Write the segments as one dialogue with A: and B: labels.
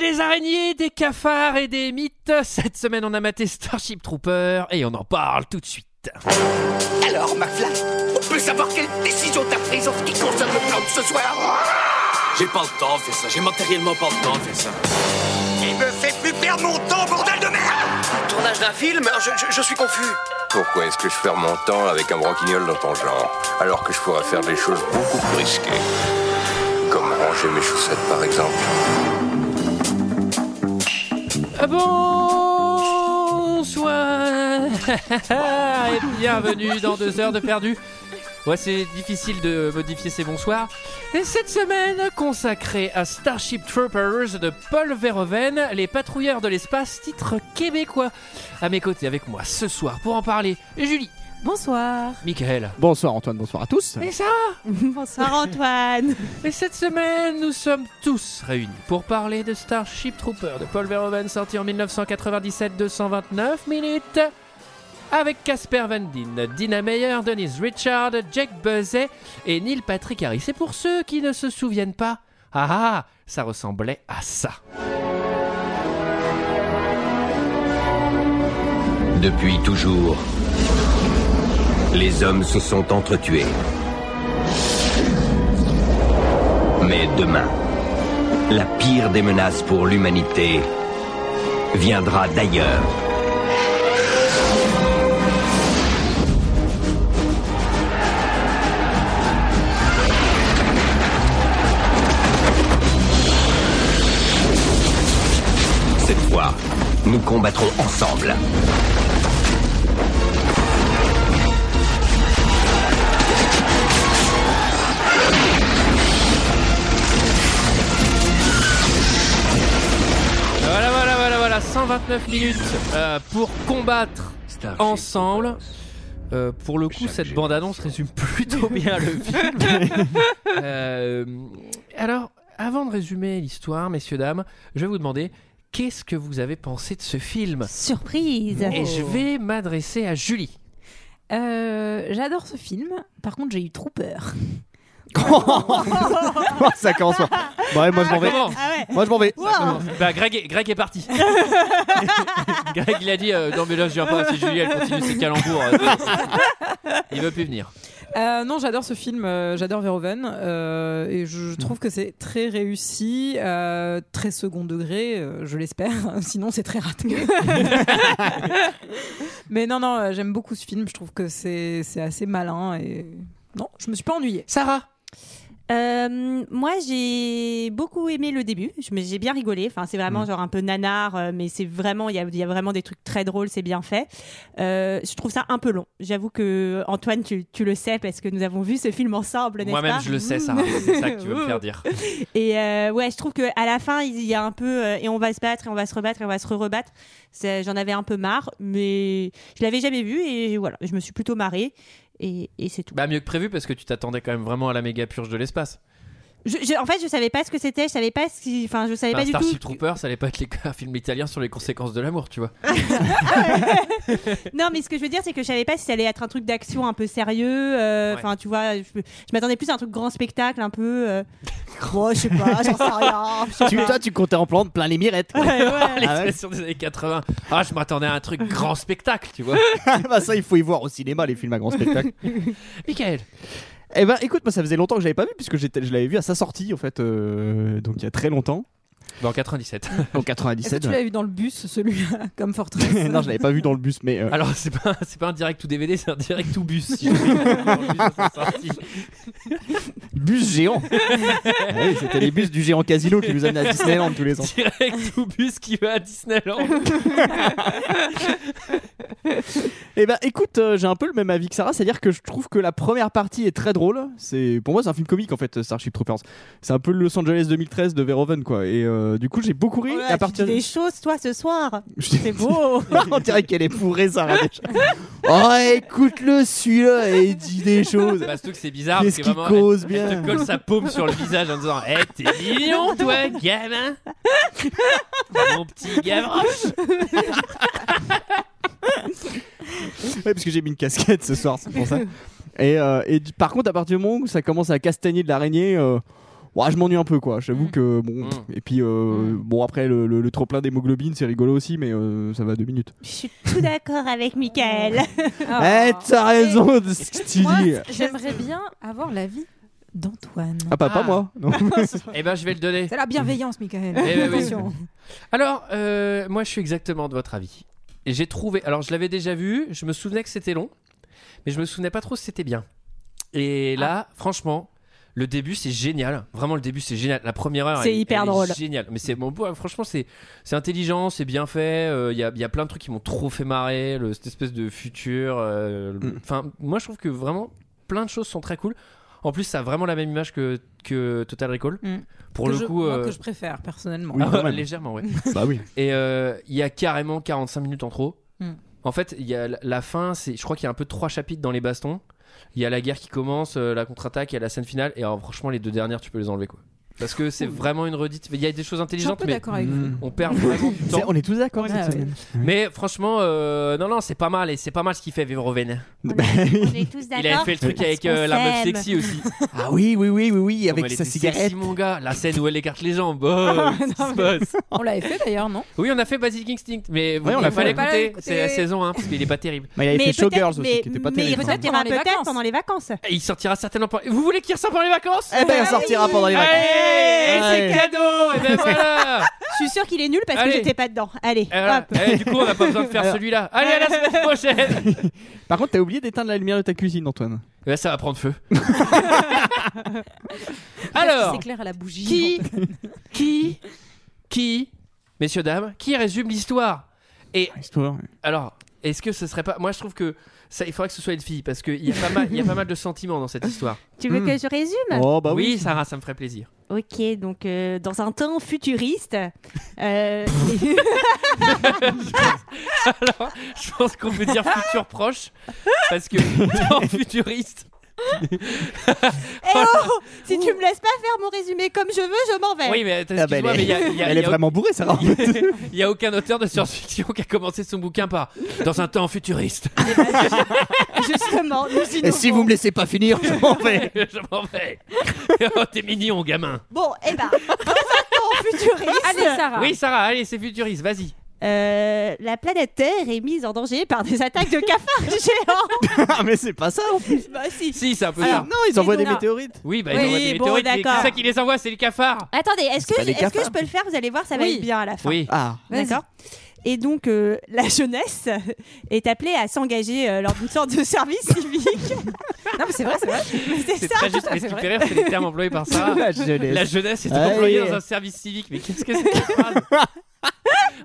A: des araignées, des cafards et des mythes. Cette semaine, on a maté Starship Trooper et on en parle tout de suite.
B: Alors, McFly, on peut savoir quelle décision t'as prise en ce qui concerne le plan de ce soir
C: J'ai pas le temps de faire ça, j'ai matériellement pas le temps de faire ça.
B: Il me fait plus perdre mon temps, bordel de merde
D: Tournage d'un film je, je- je suis confus.
E: Pourquoi est-ce que je perds mon temps avec un branquignol dans ton genre, alors que je pourrais faire des choses beaucoup plus risquées Comme ranger mes chaussettes, par exemple.
A: Ah, Bonsoir et bienvenue dans deux heures de perdu. Ouais, c'est difficile de modifier ces bonsoirs. Et cette semaine, consacrée à Starship Troopers de Paul Verhoeven, Les Patrouilleurs de l'espace, titre québécois. À mes côtés avec moi ce soir pour en parler, Julie,
F: Bonsoir.
A: Michael.
G: Bonsoir Antoine, bonsoir à tous.
A: Et ça
F: Bonsoir Antoine.
A: Et cette semaine, nous sommes tous réunis pour parler de Starship Trooper de Paul Verhoeven, sorti en 1997, 229 minutes, avec Casper Van Dien, Dina Meyer, Denise Richard, Jack Buzzet et Neil Patrick Harris. Et pour ceux qui ne se souviennent pas, ah ah, ça ressemblait à ça.
E: Depuis toujours, les hommes se sont entretués. Mais demain, la pire des menaces pour l'humanité viendra d'ailleurs. Cette fois, nous combattrons ensemble.
A: Voilà, voilà, voilà, voilà, 129 minutes euh, pour combattre ensemble. Euh, pour le coup, cette bande-annonce résume plutôt bien le film. Euh, alors, avant de résumer l'histoire, messieurs, dames, je vais vous demander qu'est-ce que vous avez pensé de ce film
F: Surprise.
A: Bah.
H: Oh.
A: Et je vais m'adresser à Julie.
F: Euh, J'adore ce film. Par contre, j'ai eu trop peur.
G: ça commence. fort. Bon, allez, moi je m'en vais.
A: Comment
F: Ah ouais.
G: Moi je m'en vais.
A: Bah, Greg, est- Greg est parti. Greg, il a dit euh, Non, mais là, je viens pas. Si Julie, elle continue ses calembours, euh, il veut plus venir.
H: Euh, non, j'adore ce film, euh, j'adore Verhoeven, euh, et je, je trouve que c'est très réussi, euh, très second degré, euh, je l'espère, sinon c'est très raté. Mais non, non, euh, j'aime beaucoup ce film, je trouve que c'est c'est assez malin, et non, je me suis pas ennuyée.
A: Sarah
I: Euh, moi, j'ai beaucoup aimé le début. Je me- J'ai bien rigolé. Enfin, c'est
A: Mm.
I: vraiment genre un peu nanar, euh, mais c'est vraiment il y a, il y a vraiment des trucs très drôles. C'est bien fait. Euh, je trouve ça un peu long. J'avoue que Antoine, tu, tu le sais parce que nous avons vu ce film ensemble, n'est-ce
A: Moi-même,
I: pas
A: je le sais, Sarah. C'est ça que tu veux me faire dire.
I: Et euh, ouais, je trouve que à la fin, il y a un peu euh, et on va se battre et on va se rebattre et on va se rebattre. C'est- J'en avais un peu marre, mais je l'avais jamais vu et voilà, je me suis plutôt marrée. Et, et c'est tout.
A: Bah, mieux que prévu parce que tu t'attendais quand même vraiment à la méga purge de l'espace.
I: Je- je- en fait, je savais pas ce que c'était, je savais pas ce qui, enfin, je savais
A: Enfin,
I: pas du
A: Starship
I: tout.
A: Trooper, ça allait pas être les- un film italien sur les conséquences de l'amour, tu vois.
I: Non, mais ce que je veux dire, c'est que je savais pas si ça allait être un truc d'action un peu sérieux. euh,
A: Ouais.
I: Enfin, tu vois, je, je m'attendais plus à un truc grand spectacle, un peu. euh, Oh, je sais pas, j'en sais rien. je sais
G: Tu,
I: pas.
G: toi, tu comptais en prendre plein les mirettes. quoi.
A: Les
G: Ah ouais.
A: expressions des années 80. Ah, je m'attendais à un truc grand spectacle, tu vois.
G: bah, ça, il faut y voir au cinéma les films à grand spectacle.
A: Michael,
G: Eh ben, écoute, moi, ça faisait longtemps que j'avais pas vu puisque j'étais- je l'avais vu à sa sortie en fait, euh, donc il y a très longtemps,
A: Bon, en 97.
G: en
H: Est-ce que
G: 97.
H: tu l'as vu dans le bus, celui-là, comme Fortress
G: non, je l'avais pas vu dans le bus, mais euh,
A: Alors, c'est pas, c'est pas un direct ou DVD, c'est un direct ou bus. si je puis dire. Dans le bus, ça s'est sorti.
G: bus géant. Ah oui, c'était les bus du géant casino qui nous amenaient à Disneyland tous les ans.
A: direct ou bus qui va à Disneyland.
G: Eh ben, écoute, euh, j'ai un peu le même avis que Sarah, c'est-à-dire que je trouve que la première partie est très drôle. C'est pour moi, c'est un film comique en fait, Starship Troopers. C'est un peu le Los Angeles 2013 de Verhoeven, quoi. Et euh, du coup, j'ai beaucoup ri.
I: Oh là,
G: et à
I: tu
G: partir
I: dis des choses, toi, ce soir.
G: c'est
I: beau.
G: On dirait qu'elle est pourrée, Sarah. Déjà. Oh, écoute-le, celui-là, et il dit des choses.
A: Bah, surtout que c'est bizarre. parce
G: Qu'est-ce
A: que
G: qu'il
A: vraiment,
G: cause
A: elle, elle
G: bien
A: te colle sa paume sur le visage en disant Eh, t'es mignon, toi, gamin Mon petit gamin
G: Ouais, parce que j'ai mis une casquette ce soir, c'est pour ça. Et, euh, et du- par contre, à partir du moment où ça commence à castagner de l'araignée, euh, ouah, je m'ennuie un peu quoi. J'avoue
F: Mm.
G: que bon.
A: Mm.
G: pff, Et puis euh, bon après le, trop plein d'hémoglobine c'est rigolo aussi mais euh, ça va deux minutes.
I: Je suis tout d'accord avec Michael.
G: Eh
A: Ah.
G: t'as raison de ce que tu
F: Moi,
G: dis.
F: j'aimerais bien avoir l'avis d'Antoine.
G: Ah pas, pas
A: Ah.
G: moi. Non.
A: Eh ben, je vais le donner.
F: C'est la bienveillance, Michael.
A: Eh ben oui.
F: Attention.
A: Alors, euh, moi, je suis exactement de votre avis. Et J'ai trouvé. Alors, je l'avais déjà vu. Je me souvenais que c'était long, mais je me souvenais pas trop si c'était bien. Et là, franchement. Le début c'est génial, vraiment le début c'est génial. La première heure
I: C'est
A: elle-
I: hyper
A: elle est
I: drôle.
A: génial. Mais c'est bon, bon, franchement c'est c'est intelligent, c'est bien fait. Euh, Il y, a, y a plein de trucs qui m'ont trop fait marrer, le- cette espèce de futur. euh, le-
G: Mm.
A: Enfin, moi je trouve que vraiment plein de choses sont très cool. En plus ça a vraiment la même image que que Total Recall.
F: Mm.
A: Pour
H: que
A: le
H: je-
A: coup,
H: moi,
A: euh,
H: que je préfère personnellement.
F: Ah,
G: Oui, quand même.
A: légèrement ouais.
G: bah oui.
A: Et euh, il y a carrément 45 minutes en trop.
F: Hmm.
A: En fait, il y a la- la fin, c'est, je crois qu'il y a un peu trois chapitres dans les bastons. Il y a la guerre qui commence, euh, la contre-attaque, il y a la scène finale. Et alors, franchement, les deux dernières, tu peux les enlever quoi. Parce que c'est vraiment une redite. Il y a des choses
F: Je suis un
A: intelligentes,
F: peu
A: mais
F: d'accord avec
H: Hmm.
F: vous.
G: Mm.
A: on perd vraiment du
G: C'est-
A: temps.
G: On est tous d'accord
F: Ouais,
G: cette
F: ouais.
G: semaine.
A: Mais franchement, euh, non, non, c'est pas mal. Et c'est pas mal ce qu'il fait, Vivre
I: On est tous
A: Il avait
I: d'accord.
A: fait le truc
I: Parce
A: avec
I: qu'on
A: euh, la meuf
I: s'aime.
A: sexy aussi.
G: ah oui oui oui oui oui
A: Comme
G: avec
A: elle
G: sa
A: était
G: cigarette.
A: Sexy, mon gars. La scène où elle écarte les jambes. Oh, qu'est-ce qui se passe
F: On l'avait fait d'ailleurs, non
A: oui, on a fait Basic Instinct. Mais vous,
G: Ouais, on
A: il
G: l'a
A: fallait
F: fait. Fallait
A: écouter.
F: l'écouter.
A: C'est la saison 1 parce qu'il est pas terrible.
G: Mais il avait fait
I: peut-être-
G: Showgirls aussi
I: mais-
G: qui était pas
I: mais
G: terrible.
F: Peut-être
I: il
F: pendant
I: ressortira
F: les
I: peut-être
F: vacances.
I: pendant les vacances.
A: Et Il sortira certainement pas. Vous voulez qu'il ressorte pendant les vacances
G: Eh ben il sortira pendant les vacances.
A: Allez, eh,
G: Ouais.
A: c'est cadeau. Et ben voilà.
I: Je suis sûre qu'il est nul parce
A: Allez.
I: que j'étais pas dedans. Allez,
A: Et voilà.
I: hop.
A: Eh, du coup, on n'a pas besoin de faire
G: Alors.
A: celui-là. Allez, à la semaine prochaine.
G: Par contre t'as oublié d'éteindre la lumière de ta cuisine Antoine.
A: Et ben, ça va prendre feu.
F: C'est
A: Alors,
F: clair à la bougie.
A: qui, qui, qui, messieurs dames, qui résume l'histoire Et
G: Histoire.
A: alors, est-ce que ce serait pas Moi, je trouve que ça, il faudrait que ce soit une fille parce qu'il y a pas mal, il y a pas mal de sentiments dans cette histoire.
I: Tu veux
G: Hmm.
I: que je résume
G: Oh bah
A: oui,
G: oui.
A: Sarah, ça me ferait plaisir.
I: Ok, donc euh, dans un temps futuriste, euh,
A: Je pense qu'on peut dire futur proche parce que dans futuriste.
I: Eh oh Si tu me laisses pas faire mon résumé comme je veux, je m'en vais.
A: Oui, mais attends,
G: Ah bah,
A: excuse-moi,
G: elle
A: mais
G: est-
A: il y a, il y a-
G: Elle
A: il
G: est
A: y a-
G: vraiment bourrée Sarah.
A: il y a aucun auteur de science-fiction qui a commencé son bouquin par dans un temps futuriste.
I: Ah. Justement, nous
G: Et
I: innovons.
G: si vous me laissez pas finir je m'en vais.
A: Je m'en vais. Oh, t'es mignon, gamin.
I: Bon, eh ben, dans un temps futuriste,
F: Allez, Sarah.
A: Oui, Sarah, allez, c'est futuriste, vas-y.
I: euh, la planète Terre est mise en danger par des attaques de cafards géants.
G: Ah, mais c'est pas ça en plus.
I: Bah si.
A: Si, c'est un peu ça.
G: Alors, non, ils envoient des
F: Donna.
G: météorites.
A: Oui, bah, ils
I: Oui,
A: envoient des
I: bon,
A: météorites, mais
I: d'accord.
A: c'est ça qui les envoie, c'est les cafards.
I: Attendez, est-ce
G: C'est
I: que,
G: pas des
I: est-ce que
G: cafards.
I: je peux le faire Vous allez voir, ça va
F: Oui.
I: être bien à la fin.
A: Oui.
G: Ah,
F: Vas-y.
I: D'accord Et donc, euh, la jeunesse est appelée à s'engager euh, lors d'une sorte de service civique.
F: Non, mais c'est vrai, c'est vrai.
I: C'est
A: C'est
I: ça
A: très juste. Mais ce qui me fait rire, c'est les termes employés par Sarah.
G: Ah. la jeunesse.
A: La jeunesse est
G: Allez.
A: employée dans un service civique. Mais qu'est-ce que c'est que cette phrase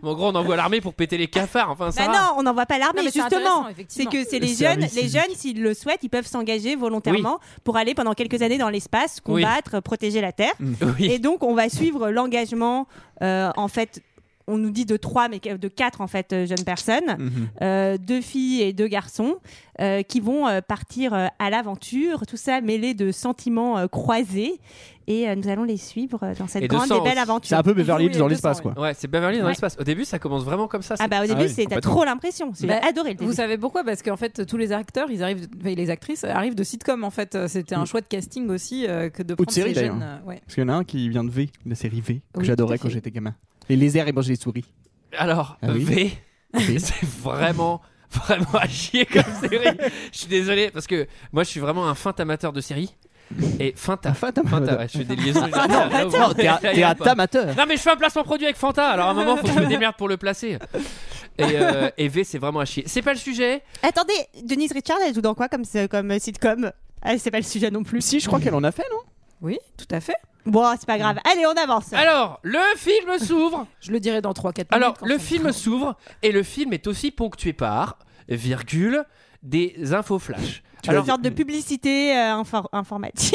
A: Bon, En gros, on envoie l'armée pour péter les cafards. Enfin,
I: Bah
A: Sarah.
I: non, on n'envoie pas
F: Non,
I: l'armée,
F: mais c'est intéressant,
I: justement. C'est
F: effectivement.
I: que c'est
G: Le
I: les jeunes,
G: service
I: les jeunes, s'ils le souhaitent, ils peuvent s'engager volontairement pour aller pendant quelques années dans l'espace,
A: Oui.
I: combattre, protéger la Terre.
A: Oui.
I: Et donc, on va suivre l'engagement, euh, en fait, on nous dit de trois, mais de quatre, en fait, euh, jeunes personnes,
G: Mhm.
I: euh, deux filles et deux garçons, euh, qui vont euh, partir euh, à l'aventure, tout ça mêlé de sentiments euh, croisés. Et euh, nous allons les suivre euh, dans cette
A: Et de
I: grande
A: sang
I: et belle
A: aussi.
G: C'est
I: aventure.
G: un peu Beverly
H: Oui,
G: Hills dans
H: oui,
G: l'espace,
H: 200,
G: quoi.
A: Ouais, c'est Beverly dans
I: Ouais.
A: l'espace. Au début, ça commence vraiment comme ça.
I: Ah bah au
G: Ah
I: début,
G: oui,
I: c'est t'as
G: complètement.
I: trop l'impression. J'ai
H: Bah,
I: adoré le début.
H: Vous savez pourquoi Parce qu'en fait, tous les acteurs, ils arrivent, de- enfin, les actrices arrivent de sitcom. En fait, c'était un
G: Mm.
H: choix de casting aussi euh, que de
G: de
H: prendre ces
G: série,
H: jeunes. euh, ouais.
G: Parce qu'il y en a un qui vient de V, la série V, que
H: Oui,
G: j'adorais
H: tout à
G: quand
H: fait.
G: j'étais gamin. Les lézards et manger les souris.
A: Alors,
G: Ah oui.
A: V,
G: Oui.
A: c'est vraiment, vraiment à chier comme série. Je suis désolé, parce que moi, je suis vraiment un fin amateur de séries. Et Fanta.
G: Fanta,
A: Fanta, ouais, je fais des liaisons.
I: Ah,
A: bizarres. Là, au
G: Non,
A: moins,
G: Oh, t'es un-
A: là, il
G: t'es
A: y a
G: un
A: pas.
G: tamateur.
A: Non, mais je fais un placement produit avec Fanta, alors à un moment, faut que je me démerde pour le placer. Et, euh, et V, c'est vraiment à chier. C'est pas le sujet.
I: Attendez, Denise Richard, elle joue dans quoi comme, ce- comme euh, sitcom Elle, c'est pas le sujet non plus.
G: Si, je crois qu'elle en a fait, non
H: Oui, tout à fait.
I: Bon, c'est pas grave. Allez, on avance.
A: Alors, le film s'ouvre.
H: Je le dirai dans 3-4 minutes.
A: Alors,
H: quand
A: le
H: ça me
A: film
H: fera.
A: s'ouvre et le film est aussi ponctué par, virgule, des infos flash.
G: Tu
A: Alors,
I: Une sorte de publicité euh, infor- informatique.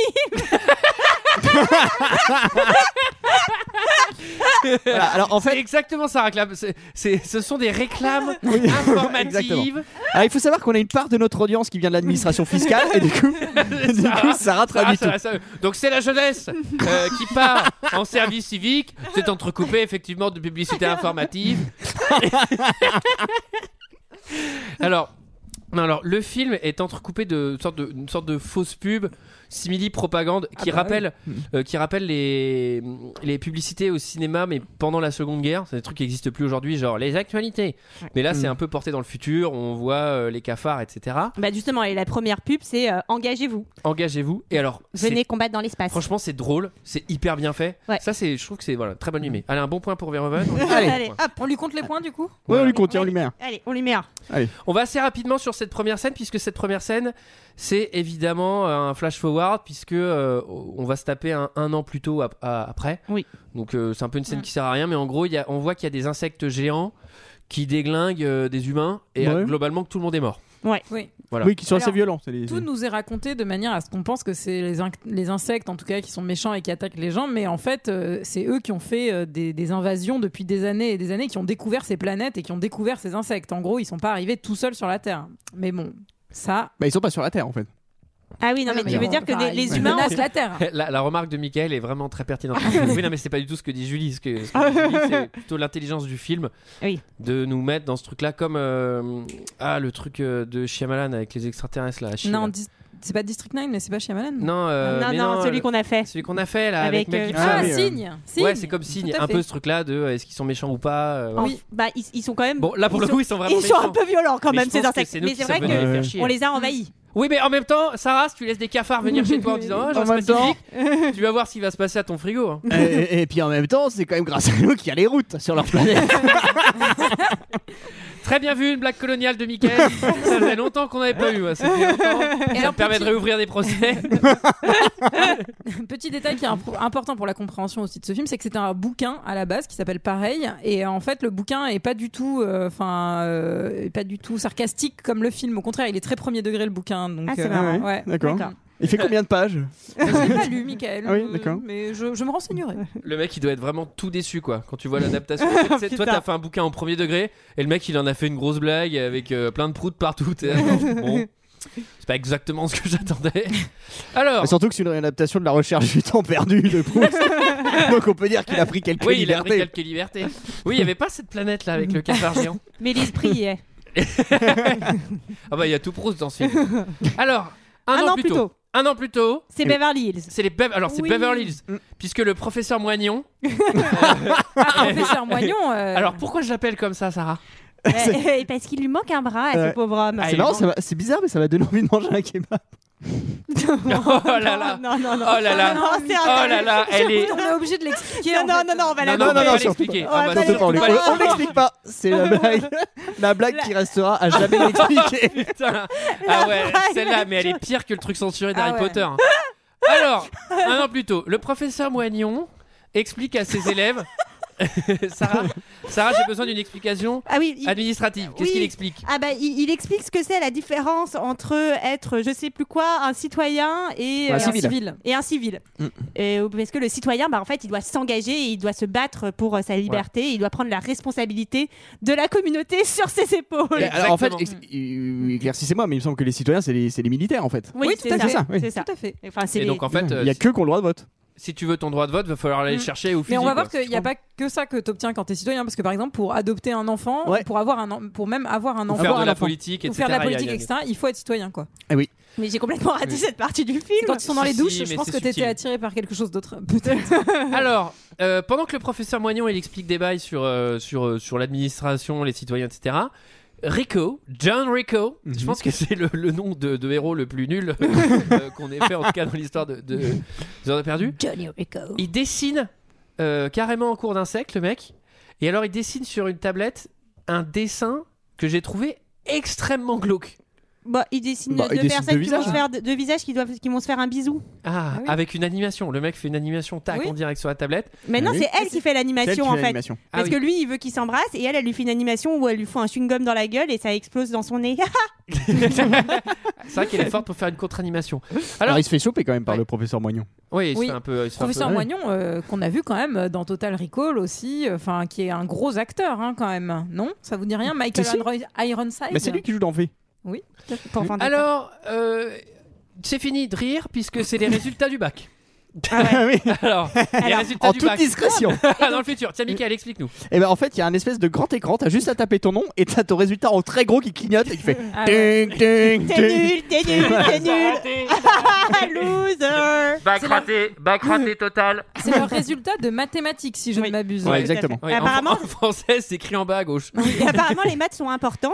G: Voilà, Alors, en
A: c'est
G: fait,
A: exactement ça, réclame. C'est- c'est- ce sont des réclames
G: Oui.
A: informatives.
G: Exactement. alors, Ah, il faut savoir qu'on a une part de notre audience qui vient de l'administration fiscale, et du coup,
A: C'est
G: du
A: ça.
G: coup Sarah
A: Ah,
G: traduit tout.
A: ça, ça. Donc c'est la jeunesse euh, qui part en service civique. C'est entrecoupé effectivement de publicité informative. alors, non, alors le film est entrecoupé de une sorte de, une sorte de fausse pub. simili propagande qui
H: Ah bah
A: rappelle euh, qui rappelle les les publicités au cinéma mais pendant la Seconde Guerre c'est des trucs qui n'existent plus aujourd'hui genre les actualités mais là c'est un peu porté dans le futur on voit euh, les cafards etc
I: Bah justement, et la première pub, c'est euh, engagez-vous,
A: engagez-vous et alors c'est-
I: venez combattre dans l'espace.
A: franchement c'est drôle c'est hyper bien fait
I: Ouais. Mm.
A: ça c'est je trouve que c'est voilà très bonne humée allez un bon point pour Verhoeven
I: Allez,
A: Ouais.
F: Ah,
I: hop,
H: On lui compte les points du coup
G: Ouais, on lui contient, on lui met un.
I: allez, on les met un.
A: On va assez rapidement sur cette première scène puisque cette première scène c'est évidemment euh, un flash forward puisque euh, on va se taper un, un an plus tôt ap- à- après.
I: Oui.
A: Donc euh, c'est un peu une scène
I: Mm.
A: qui sert à rien mais en gros il y a- on voit qu'il y a des insectes géants qui déglinguent euh, des humains et
G: Ouais.
A: euh, globalement que tout le monde est mort.
H: Oui.
A: Voilà.
G: Oui, qui sont assez
H: Alors,
G: violents. c'est les-
H: Tout nous est raconté de manière à ce qu'on pense que c'est les, inc- les insectes, en tout cas, qui sont méchants et qui attaquent les gens, mais en fait, euh, c'est eux qui ont fait euh, des, des invasions depuis des années et des années, qui ont découvert ces planètes et qui ont découvert ces insectes. En gros, ils sont pas arrivés tout seuls sur la Terre. Mais bon, ça.
G: Bah, ils sont pas sur la Terre en fait.
I: Ah oui, non, mais tu veux dire que
H: Enfin,
I: les, les
H: ils
I: humains,
H: menacent la Terre.
A: La, la remarque de Michael est vraiment très pertinente. oui, non, mais c'est pas du tout ce que dit Julie. Ce que, ce que dit Julie, c'est plutôt l'intelligence du film
I: Oui.
A: de nous mettre dans ce truc-là, comme euh, ah le truc euh, de Shyamalan avec les extraterrestres là. à Chine.
H: Non, dis- c'est pas District 9, mais c'est pas Shyamalan.
A: Non, euh,
I: non,
A: mais
I: non, celui
A: euh,
I: qu'on a fait.
A: celui qu'on a fait là avec,
I: Avec,
A: Mel
I: euh,
A: Gibson.
H: Ah,
G: mais, euh,
H: signe,
A: ouais,
H: Signe.
A: c'est comme signe,
H: Tout à
A: un
H: fait.
A: peu ce truc là de euh, est-ce qu'ils sont méchants ou pas. euh,
I: En-
A: voilà.
I: Bah, ils, ils sont quand même.
A: Bon, là pour
I: ils
A: le
I: sont-
A: coup, ils sont vraiment
I: Ils sont
A: méchants.
I: un peu violents quand
A: Mais
I: même
A: je pense
I: ces
A: que
I: insectes.
A: c'est nous
I: Mais
A: qui
I: c'est
A: sommes
I: vrai
A: venus
I: que
A: les faire
G: Ouais.
A: chier.
I: on les a envahis.
A: Oui, mais en même temps, Sarah, si tu laisses des cafards venir chez toi en disant Ah, je
G: En même
A: reste pacifique, tu vas voir ce qui va se passer à ton frigo. hein.
G: et, puis en même temps, c'est quand même grâce à nous qu'il y a les routes sur leur planète.
A: Très bien vu, une blague coloniale de Michael. ça faisait longtemps qu'on n'avait pas eu. moi, Ça, fait longtemps.
H: Et
A: ça
H: alors,
A: me permettrait d'ouvrir des procès.
H: Petit détail qui est impro- important pour la compréhension aussi de ce film, c'est que c'était un bouquin à la base qui s'appelle pareil, et euh, en fait le bouquin est pas du tout, euh, enfin, euh, pas du tout sarcastique comme le film. Au contraire, il est très premier degré le bouquin. Donc,
I: Ah, c'est
H: euh,
I: marrant.
H: ouais.
G: D'accord. Il fait combien de pages
H: Je l'ai pas lu, Michael.
G: Ah oui,
H: euh,
G: d'accord.
H: Mais je, je me renseignerai.
A: Le mec, il doit être vraiment tout déçu quoi. Quand tu vois l'adaptation, Tu sais, toi,
I: Putain.
A: t'as fait un bouquin en premier degré et le mec, il en a fait une grosse blague avec euh, plein de proutes partout. T'es là, genre, bon, c'est pas exactement ce que j'attendais. Alors,
G: Bah, Surtout que c'est une adaptation de la recherche du temps perdu de Proust. Donc on peut dire qu'il a pris quelques
A: Oui, il a
G: libertés.
A: pris quelques libertés. Oui, il n'y avait pas cette planète là avec le cafard géant.
I: Mais l'esprit y est.
A: Ah bah il y a tout Proust dans ce film. Alors, un, an, plus tôt. Un an plus tôt,
I: C'est Beverly Hills.
A: c'est les Bev- alors c'est
I: Oui.
A: Beverly Hills, puisque le professeur Moignon.
H: Ah, professeur Moignon. euh,
A: Alors pourquoi je l'appelle comme ça, Sarah
I: Ouais, et Eh, parce qu'il lui manque un bras à
G: Ouais.
I: ce pauvre homme.
A: Ah,
G: C'est marrant, ça va- c'est bizarre, mais ça va donner envie de manger un kebab.
A: Oh là là,
I: Non, non, non.
A: oh là là,
I: Non, c'est
A: oh
I: un-
A: là là, elle est.
H: on est obligé de l'expliquer.
I: Non,
H: en
I: non,
H: fait.
I: non, non, on va la
A: non,
G: non,
A: on peut
G: non,
A: pas
G: surtout
A: l'expliquer.
I: pas.
A: Ah
I: Ouais,
A: bah,
I: pas
A: surtout
G: on
I: les-
A: pas
I: non.
A: l'expliquer.
G: on l'explique pas. C'est la blague, la blague qui restera à jamais expliquée.
A: Putain. Ah ouais,
I: vraie
A: celle-là, mais elle est pire que le truc censuré d'Harry
H: Ah ouais.
A: Potter. hein. Alors, un an plus tôt, le professeur Moignon explique à ses élèves. Sarah, Sarah j'ai besoin d'une explication
I: Ah oui, il-
A: administrative. Qu'est-ce
I: Oui.
A: qu'il explique
I: Ah bah, il, il explique ce que c'est la différence entre être, je sais plus quoi, un citoyen
G: Ouais,
I: et, euh,
H: Et un
G: Civil.
H: civil.
I: et un civil.
G: Mm.
I: Et, euh, parce que le citoyen, bah, en fait, il doit s'engager, et il doit se battre pour euh, sa liberté, il doit prendre la responsabilité de la communauté sur ses épaules.
A: Et-
G: Alors en fait,
A: Exactement.
G: ex- euh, éclaircissez-moi, mais il me semble que les citoyens, c'est les, c'est les militaires en fait.
I: Oui,
H: Oui, tout
I: c'est
H: à
I: ça.
H: fait.
G: oui.
I: C'est ça.
H: Tout à fait.
I: Enfin, c'est
A: Et
I: les-
A: donc en fait,
G: il
A: euh,
G: n'y a que qu'on le droit de vote.
A: si tu veux ton droit de vote, va falloir aller le
H: Mm.
A: chercher au fusil.
H: Mais on va
A: quoi.
H: voir qu'il n'y a pas que ça que tu obtiens quand tu es citoyen, parce que par exemple, pour adopter un enfant,
G: Ouais.
H: pour, avoir un, en- pour même avoir un
A: Ou
H: enfant,
A: faire de
H: un
A: la
H: enfant,
A: politique,
H: ou
A: etc.
H: faire de la
A: il y a-
H: politique,
A: il y a-
H: etc., il faut être citoyen. quoi.
G: Eh
I: Mais j'ai complètement raté
A: Oui.
I: cette partie du
H: Et
I: film.
H: quand ils sont dans les
A: Si,
H: douches,
A: mais
H: je pense
A: c'est
H: que t'étais
A: subtil.
H: attiré par quelque chose d'autre. Peut-être.
A: Alors, euh, pendant que le professeur Moignon il explique des bails sur, euh, sur, euh, sur l'administration, les citoyens, etc., Rico, John Rico,
G: Mhm.
A: je pense que c'est le, le nom de, de héros le plus nul euh, qu'on ait fait en tout cas dans l'histoire de, de, des Heures de Perdu.
I: Johnny Rico.
A: Il dessine euh, carrément en cours d'un siècle, le mec, et alors il dessine sur une tablette un dessin que j'ai trouvé extrêmement glauque.
I: Bah, il dessine
G: Bah, il
I: deux
G: dessine
I: personnes
G: deux
I: qui vont
G: visages.
I: se faire deux visages qui doivent qui vont se faire un bisou.
A: Ah,
H: Ah oui.
A: avec une animation. Le mec fait une animation, tac,
H: Oui.
A: en direct sur la tablette.
I: Mais non,
G: Oui.
I: c'est elle qui fait
G: C'est elle qui
I: l'animation
G: fait
I: en fait.
G: l'animation.
A: Ah
I: Parce
A: oui.
I: que lui, il veut qu'il s'embrasse et elle, elle lui fait une animation où elle lui fout un chewing-gum dans la gueule et ça explose dans son nez.
A: C'est vrai qu'elle est forte pour faire une contre-animation. Alors-
G: Alors, il se fait choper quand même par
A: Ouais.
G: le professeur Moignon.
A: Oui, il se
H: Oui.
A: fait un peu. il se fait un peu-
H: Professeur
G: ouais.
H: Moignon, euh, qu'on a vu quand même euh, dans Total Recall aussi, euh, enfin qui est un gros acteur hein, quand même. Non Ça vous dit rien Michael
G: Si, si.
H: Iron- Ironside
I: Ah,
G: Mais c'est lui qui joue dans V.
I: Pour vendre.
A: Alors, euh, c'est fini de rire puisque c'est les résultats du bac.
G: Oui.
A: Alors, les
I: Alors,
A: résultats
G: En
A: Ah, du
G: toute
A: bac
G: discrétion.
A: dans le futur. Tiens, Michael, explique-nous.
G: Et ben en fait, il y a un espèce de grand écran, t'as juste à taper ton nom et t'as ton résultat en très gros qui clignote et qui fait
H: Ah ouais.
G: ding ding
I: T'es
G: ding.
I: nul, t'es nul, t'es nul. Loser
A: Bac
H: C'est la-
A: raté, bac raté total.
H: C'est le résultat de mathématiques, si je
I: Oui.
H: ne m'abuse.
G: Ouais, exactement.
A: Oui, en-
I: Apparemment-
A: en, français, c'est écrit en bas à gauche.
I: Et apparemment, les maths sont importants.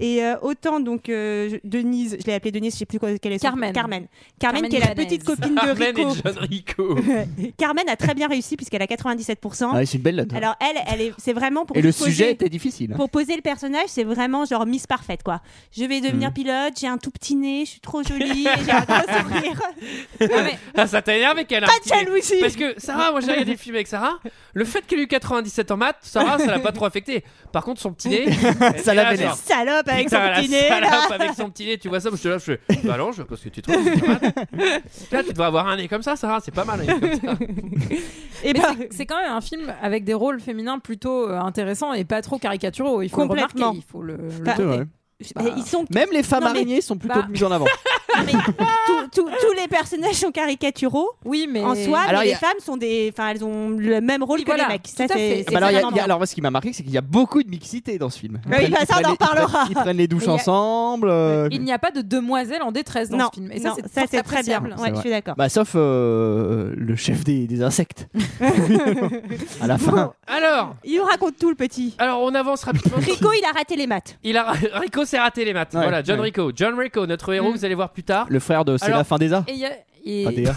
I: Et euh, autant, donc, euh, je- Denise, je l'ai appelée Denise, je sais plus quoi- quelle est son-
H: Carmen.
I: Carmen. Carmen,
H: Carmen
I: qui est la
H: Ibanez.
I: petite copine de
A: Carmen et
I: Rico.
A: John Rico.
I: Carmen a très bien réussi puisqu'elle a 97%.
G: Ah, c'est une belle note.
I: Hein Alors, elle, elle est, c'est vraiment pour
G: Et le
I: poser-
G: sujet était difficile.
I: Pour poser le personnage, c'est vraiment genre Miss Parfaite, quoi. Je vais devenir pilote, j'ai un tout petit nez, je suis trop jolie, et j'ai un gros sourire.
H: Ah, mais
A: Ah, ça t'a énervé qu'elle a un
I: Pas de
A: petit nez.
I: jalousie
A: Parce que Sarah, moi j'ai regardé le film avec Sarah. Le fait qu'elle ait eu 97 en maths, Sarah, ça l'a pas trop affecté. Par contre, son petit nez,
G: Ça
A: elle
G: la
A: est là,
G: vénère.
A: genre,
I: Salope avec son
A: Putain, la
I: petit nez, là.
A: salope avec son petit nez, tu vois ça, moi, je te lâche, je fais Bah non, je parce que tu te trompes. c'est pas mal. Là, tu devrais avoir un nez comme ça, Sarah, c'est pas mal. un nez comme ça.
H: Mais
I: Et ben,
H: c'est- c'est quand même un film avec des rôles féminins plutôt euh, intéressants et pas trop caricaturaux. Il faut
I: Complètement.
H: le remarquer, il faut le, le
I: Bah,
G: C'est
H: noter.
G: vrai.
I: et ils sont
G: Même les femmes
I: Non, mais-
G: araignées sont plutôt
H: Bah.
G: mises en avant. Eh
I: Non, mais tous- tous- tous les personnages sont caricaturaux
H: Oui, mais
I: en soi,
G: Alors,
I: mais
G: il y
I: les
G: a-
I: femmes sont des, enfin elles ont le même rôle
H: Oui,
I: que
H: voilà,
I: les mecs.
H: tout
I: Ça
H: à
I: c'est
H: fait.
I: c'est
G: Bah alors, il y a- il y
I: vraiment
G: a-
I: normal.
G: alors, moi, ce qui m'a marqué, c'est qu'il y a beaucoup de mixité dans ce film. Ils
I: Oui,
G: prennent-
I: bah,
G: ils
I: ça,
G: prennent les-
I: on en
G: ils prennent-
I: reparlera.
G: Ils prennent les douches
H: Mais il y a-
G: ensemble. euh,
H: il n'y a pas de demoiselle en détresse dans
I: non,
H: ce film. Et ça,
I: non,
H: c'est
I: ça
H: fort
I: c'est très bien.
H: appréciable.
I: Ouais,
G: C'est
I: je suis d'accord.
G: Bah, sauf euh, le chef des, des insectes. à la fin.
A: Alors,
I: Il nous raconte tout le petit.
A: alors on avance rapidement.
I: Rico, il a raté les maths.
A: Il a... Rico s'est raté les maths.
G: Ouais,
A: voilà, John
G: ouais.
A: Rico. John Rico, notre héros,
H: Mm.
A: vous allez voir plus tard.
G: Le frère de C'est
A: Alors-
G: la fin des A.
H: Et il y a- et-
G: Enfin, des A.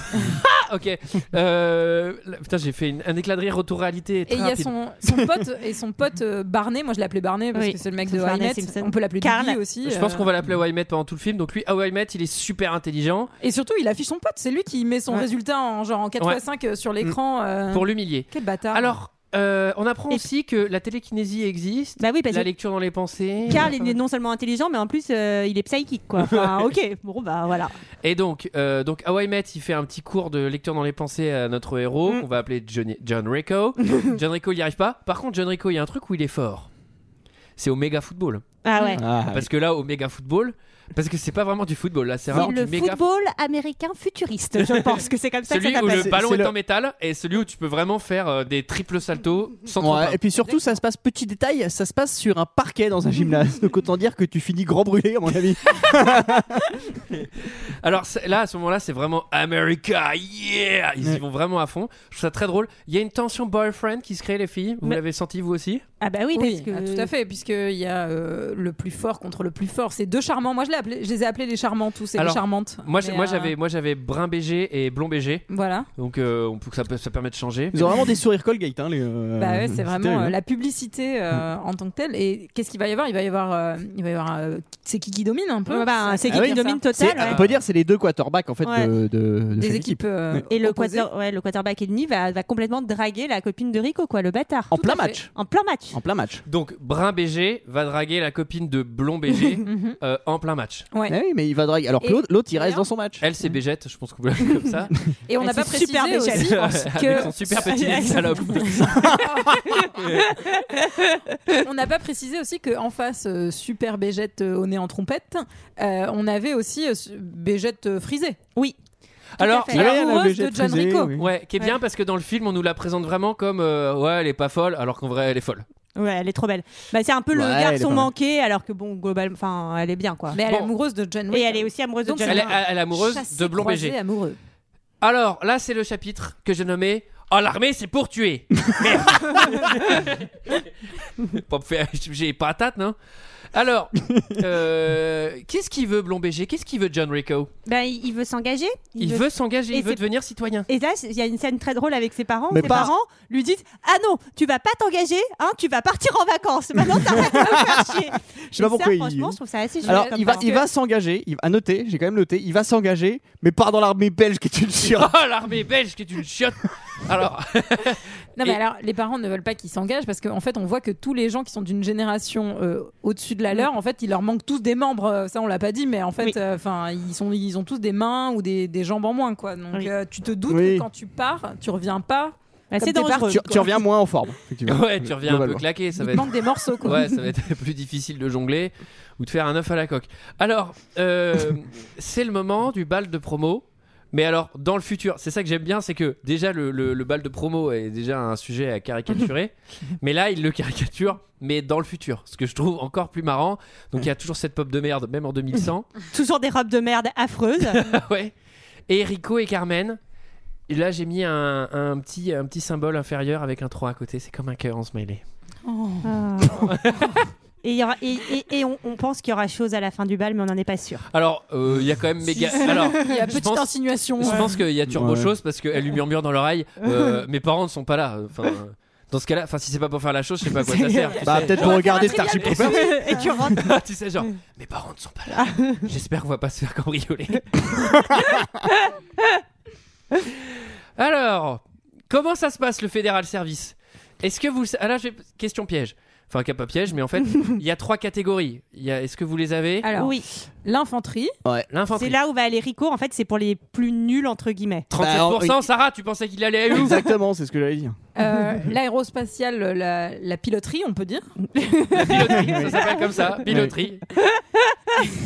A: Ah, ok. Euh, là, Putain, j'ai fait une- un éclat de rire retour réalité. très
H: Et il y a
A: rapide.
H: son, son pote et son pote euh, Barney, moi je l'appelais Barney parce
I: Oui,
H: que c'est le mec
I: c'est
H: de
I: Barney
H: How I Met.
I: Simpson.
H: on peut l'appeler
I: Carl.
H: Didi aussi.
A: Je
H: euh.
A: pense qu'on va l'appeler How I Met pendant tout le film. Donc lui, How I Met, il est super intelligent
H: Et surtout, il affiche son pote, c'est lui qui met son
I: Ouais.
H: résultat en genre en 4
A: Ouais. Mm.
H: x 5 euh, sur l'écran. euh.
A: pour l'humilier.
H: Quel bâtard.
A: Alors, euh, on apprend
I: Et-
A: aussi que la télékinésie existe,
I: Bah oui, parce
A: la
I: que
A: lecture dans les pensées.
I: Karl, il est non seulement intelligent, mais en plus, euh, il est psychique, quoi. Enfin, ok, bon, bah voilà.
A: Et donc, euh, donc How I Met, il fait un petit cours de lecture dans les pensées à notre héros,
I: Mm.
A: qu'on va appeler Johnny- John Rico. John Rico, il n'y arrive pas. Par contre, John Rico, il y a un truc où il est fort. C'est Omega Football.
I: Ah ouais.
G: Ah,
A: Parce que là, Omega Football, parce que c'est pas vraiment du football, là, c'est
I: C'est
A: vraiment
I: le
A: du méga
I: football américain futuriste, je pense que c'est comme ça que ça
A: Celui où
I: s'appelle.
A: le
G: C'est-
A: ballon
G: c'est
A: est,
G: le-
A: en métal et celui où tu peux vraiment faire euh, des triples saltos sans
G: Ouais,
A: trop
G: et puis surtout, ça se passe, petit détail, ça se passe sur un parquet dans un gymnase. Donc autant dire que tu finis grand brûlé, à mon avis.
A: Alors c'est- là, à ce moment-là, c'est vraiment America, yeah Ils y
G: Ouais.
A: vont vraiment à fond. Je trouve ça très drôle. Il y a une tension boyfriend qui se crée, les filles. Vous
I: Mais-
A: l'avez senti, vous aussi
I: Ah bah oui,
H: Oui,
I: parce que.
H: ah, tout à fait, puisqu'il y a euh, le plus fort contre le plus fort. C'est deux charmants. Moi, je, l'ai appelé- je les ai appelés les charmants tous et
A: Alors,
H: les charmantes.
A: Moi, je-
H: Mais,
A: moi
H: euh,
A: j'avais moi, j'avais brun BG et blond BG.
H: Voilà.
A: Donc euh, on peut, ça, peut- ça permet de changer.
G: Ils ont vraiment des sourires Colgate. Hein, les, euh,
H: Bah ouais, c'est
G: terrible,
H: vraiment
G: hein.
H: euh, la publicité euh,
A: Mm.
H: en tant que telle. Et qu'est-ce qu'il va y avoir Il va y avoir, euh, il va y avoir, euh, c'est qui qui domine un peu.
I: Ouais, bah,
H: Ça-
I: c'est
H: ça
I: qui
H: veut
I: qui
H: dire
I: domine
H: ça.
I: total.
G: C'est-
I: ouais.
G: On peut dire c'est les deux quarterbacks en fait
I: Ouais.
G: de, de- de
H: des
G: chaque
H: équipes. euh,
G: Ouais.
I: Et le,
H: opposées.
I: quarter- ouais, le quarterback ennemi va, va complètement draguer la copine de Rico, quoi, le bâtard.
G: En plein
H: à fait.
G: match.
I: En plein match.
G: En plein match.
A: Donc brun BG va draguer la copine de blond BG
H: Mhm.
A: euh, en plein match.
H: Ouais.
G: Eh oui, mais il va draguer. Alors que
H: Et-
G: l'autre, l'autre, il reste
H: d'ailleurs-
G: dans son match.
A: Elle, c'est Bégette, je pense qu'on peut l'appeler comme ça.
H: Et on n'a
I: Elle
H: pas
I: s'est
H: précisé
I: super déchaînée,
H: aussi
I: je
A: Avec son
H: que
A: super petit nez de salope.
H: on n'a pas précisé aussi que en face euh, super Bégette euh, au nez en trompette, euh, on avait aussi euh, su- Bégette euh, frisée.
I: Oui.
A: Alors,
I: fait.
G: Ouais, la
H: amoureuse
G: BG
H: de John
G: frisée,
H: Rico.
G: oui.
A: ouais, qui est bien parce que dans le film, on nous la présente vraiment comme euh, ouais, elle est pas folle, alors qu'en vrai, elle est folle.
I: Ouais, elle est trop belle. Bah, c'est un peu le
G: Ouais, elle est
I: garçon
G: pas mal.
I: manqué, alors que bon, globalement, enfin, elle est bien, quoi.
H: Mais elle est
A: Bon.
H: amoureuse de John Wick.
I: Et elle est aussi amoureuse de
H: Donc,
I: John
A: Elle est,
I: Lennon.
A: elle est amoureuse
H: Chassé,
A: de blond
H: croisé,
A: BG.
H: amoureux.
A: Alors là, c'est le chapitre que j'ai nommé Oh, l'armée, c'est pour tuer. Pour me faire- j'ai patate, non Alors, euh, qu'est-ce qu'il veut Blond BG Qu'est-ce qu'il veut John Rico
I: Ben, il il veut s'engager.
A: Il veut s'engager,
I: Et
A: il veut
I: c'est-
A: devenir citoyen.
I: Et là, il y a une scène très drôle avec ses parents.
G: Mais
I: ses
G: pas-
I: parents lui disent Ah non, tu vas pas t'engager, hein, tu vas partir en vacances. Maintenant, t'arrêtes de me faire chier.
G: Je sais pas
I: Et ça,
G: pourquoi il-
I: Franchement, je trouve ça assez
G: Alors
I: chouette
G: il
I: comme
G: va,
I: parent.
G: il va s'engager. Il va à noter. J'ai quand même noté. Il va s'engager, mais part dans l'armée belge qui est une chira.
A: Oh, l'armée belge qui est une chiotte Alors,
H: Non mais
A: Et-
H: alors les parents ne veulent pas qu'ils s'engagent parce qu'en fait on voit que tous les gens qui sont d'une génération euh, au-dessus
A: Mm.
H: de la leur en fait il leur manque tous des membres euh, ça on l'a pas dit mais en
I: Oui.
H: fait euh, enfin ils sont ils ont tous des mains ou des, des jambes en moins quoi donc
I: Oui.
H: euh, tu te doutes
G: Oui.
H: que quand tu pars tu reviens pas comme
I: Bah, C'est
H: t'es
I: dangereux.
G: Tu,
H: parti.
G: tu reviens moins en forme. effectivement.
A: ouais, tu reviens un peu
G: Globalement.
A: claqué, ça va
H: il te
A: être
H: manque des morceaux quoi
A: Ouais, ça va être plus difficile de jongler ou de faire un œuf à la coque. Alors, euh, c'est le moment du bal de promo. Mais alors, dans le futur, c'est ça que j'aime bien, c'est que déjà le, le- le bal de promo est déjà un sujet à caricaturer. mais là, il le caricature, mais dans le futur. Ce que je trouve encore plus marrant. Donc, il y a toujours cette pop de merde, même en 2100.
H: Ah
I: Toujours des robes de merde affreuses.
A: ouais. Et Rico et Carmen. Et là, j'ai mis un, un petit, un petit symbole inférieur avec un 3 à côté. C'est comme un cœur en smiley.
H: Oh.
F: Ah.
I: Euh. Et, il y aura- et, et- et on, on pense qu'il y aura chose à la fin du bal, mais on n'en est pas sûr.
A: Alors, euh, il y a quand même méga. Alors,
H: Il y a
A: je
H: petite
A: pense-
H: insinuation.
A: Je pense qu'il y a turbo
G: Ouais.
A: chose parce qu'elle lui murmure dans l'oreille euh, Mes parents ne sont pas là. Enfin, euh, dans ce cas-là, enfin, si c'est pas pour faire la chose, je sais pas à quoi ça sert. tu
G: Bah,
A: sais.
G: peut-être
A: Genre-
G: pour regarder Starship Troopers.
I: et tu rentres. Ah.
A: tu sais, genre, mes parents ne sont pas là. J'espère qu'on va pas se faire cambrioler. Alors, comment ça se passe le Fédéral Service Est-ce que vous. Ah là, j'ai question piège. Enfin, pas piège, mais en fait, il y a trois catégories. Il y a... Est-ce que vous les avez
H: Alors,
I: oui,
H: l'infanterie.
I: Ah, c'est
A: L'infanterie.
I: là où va aller Rico. En fait, c'est pour les plus nuls, entre guillemets.
A: 37%, Sarah, tu pensais qu'il allait aller où
G: Exactement, c'est ce que j'allais dire.
H: Euh, L'aérospatiale, la, la piloterie, on peut dire.
A: Piloterie, ça s'appelle comme ça, piloterie.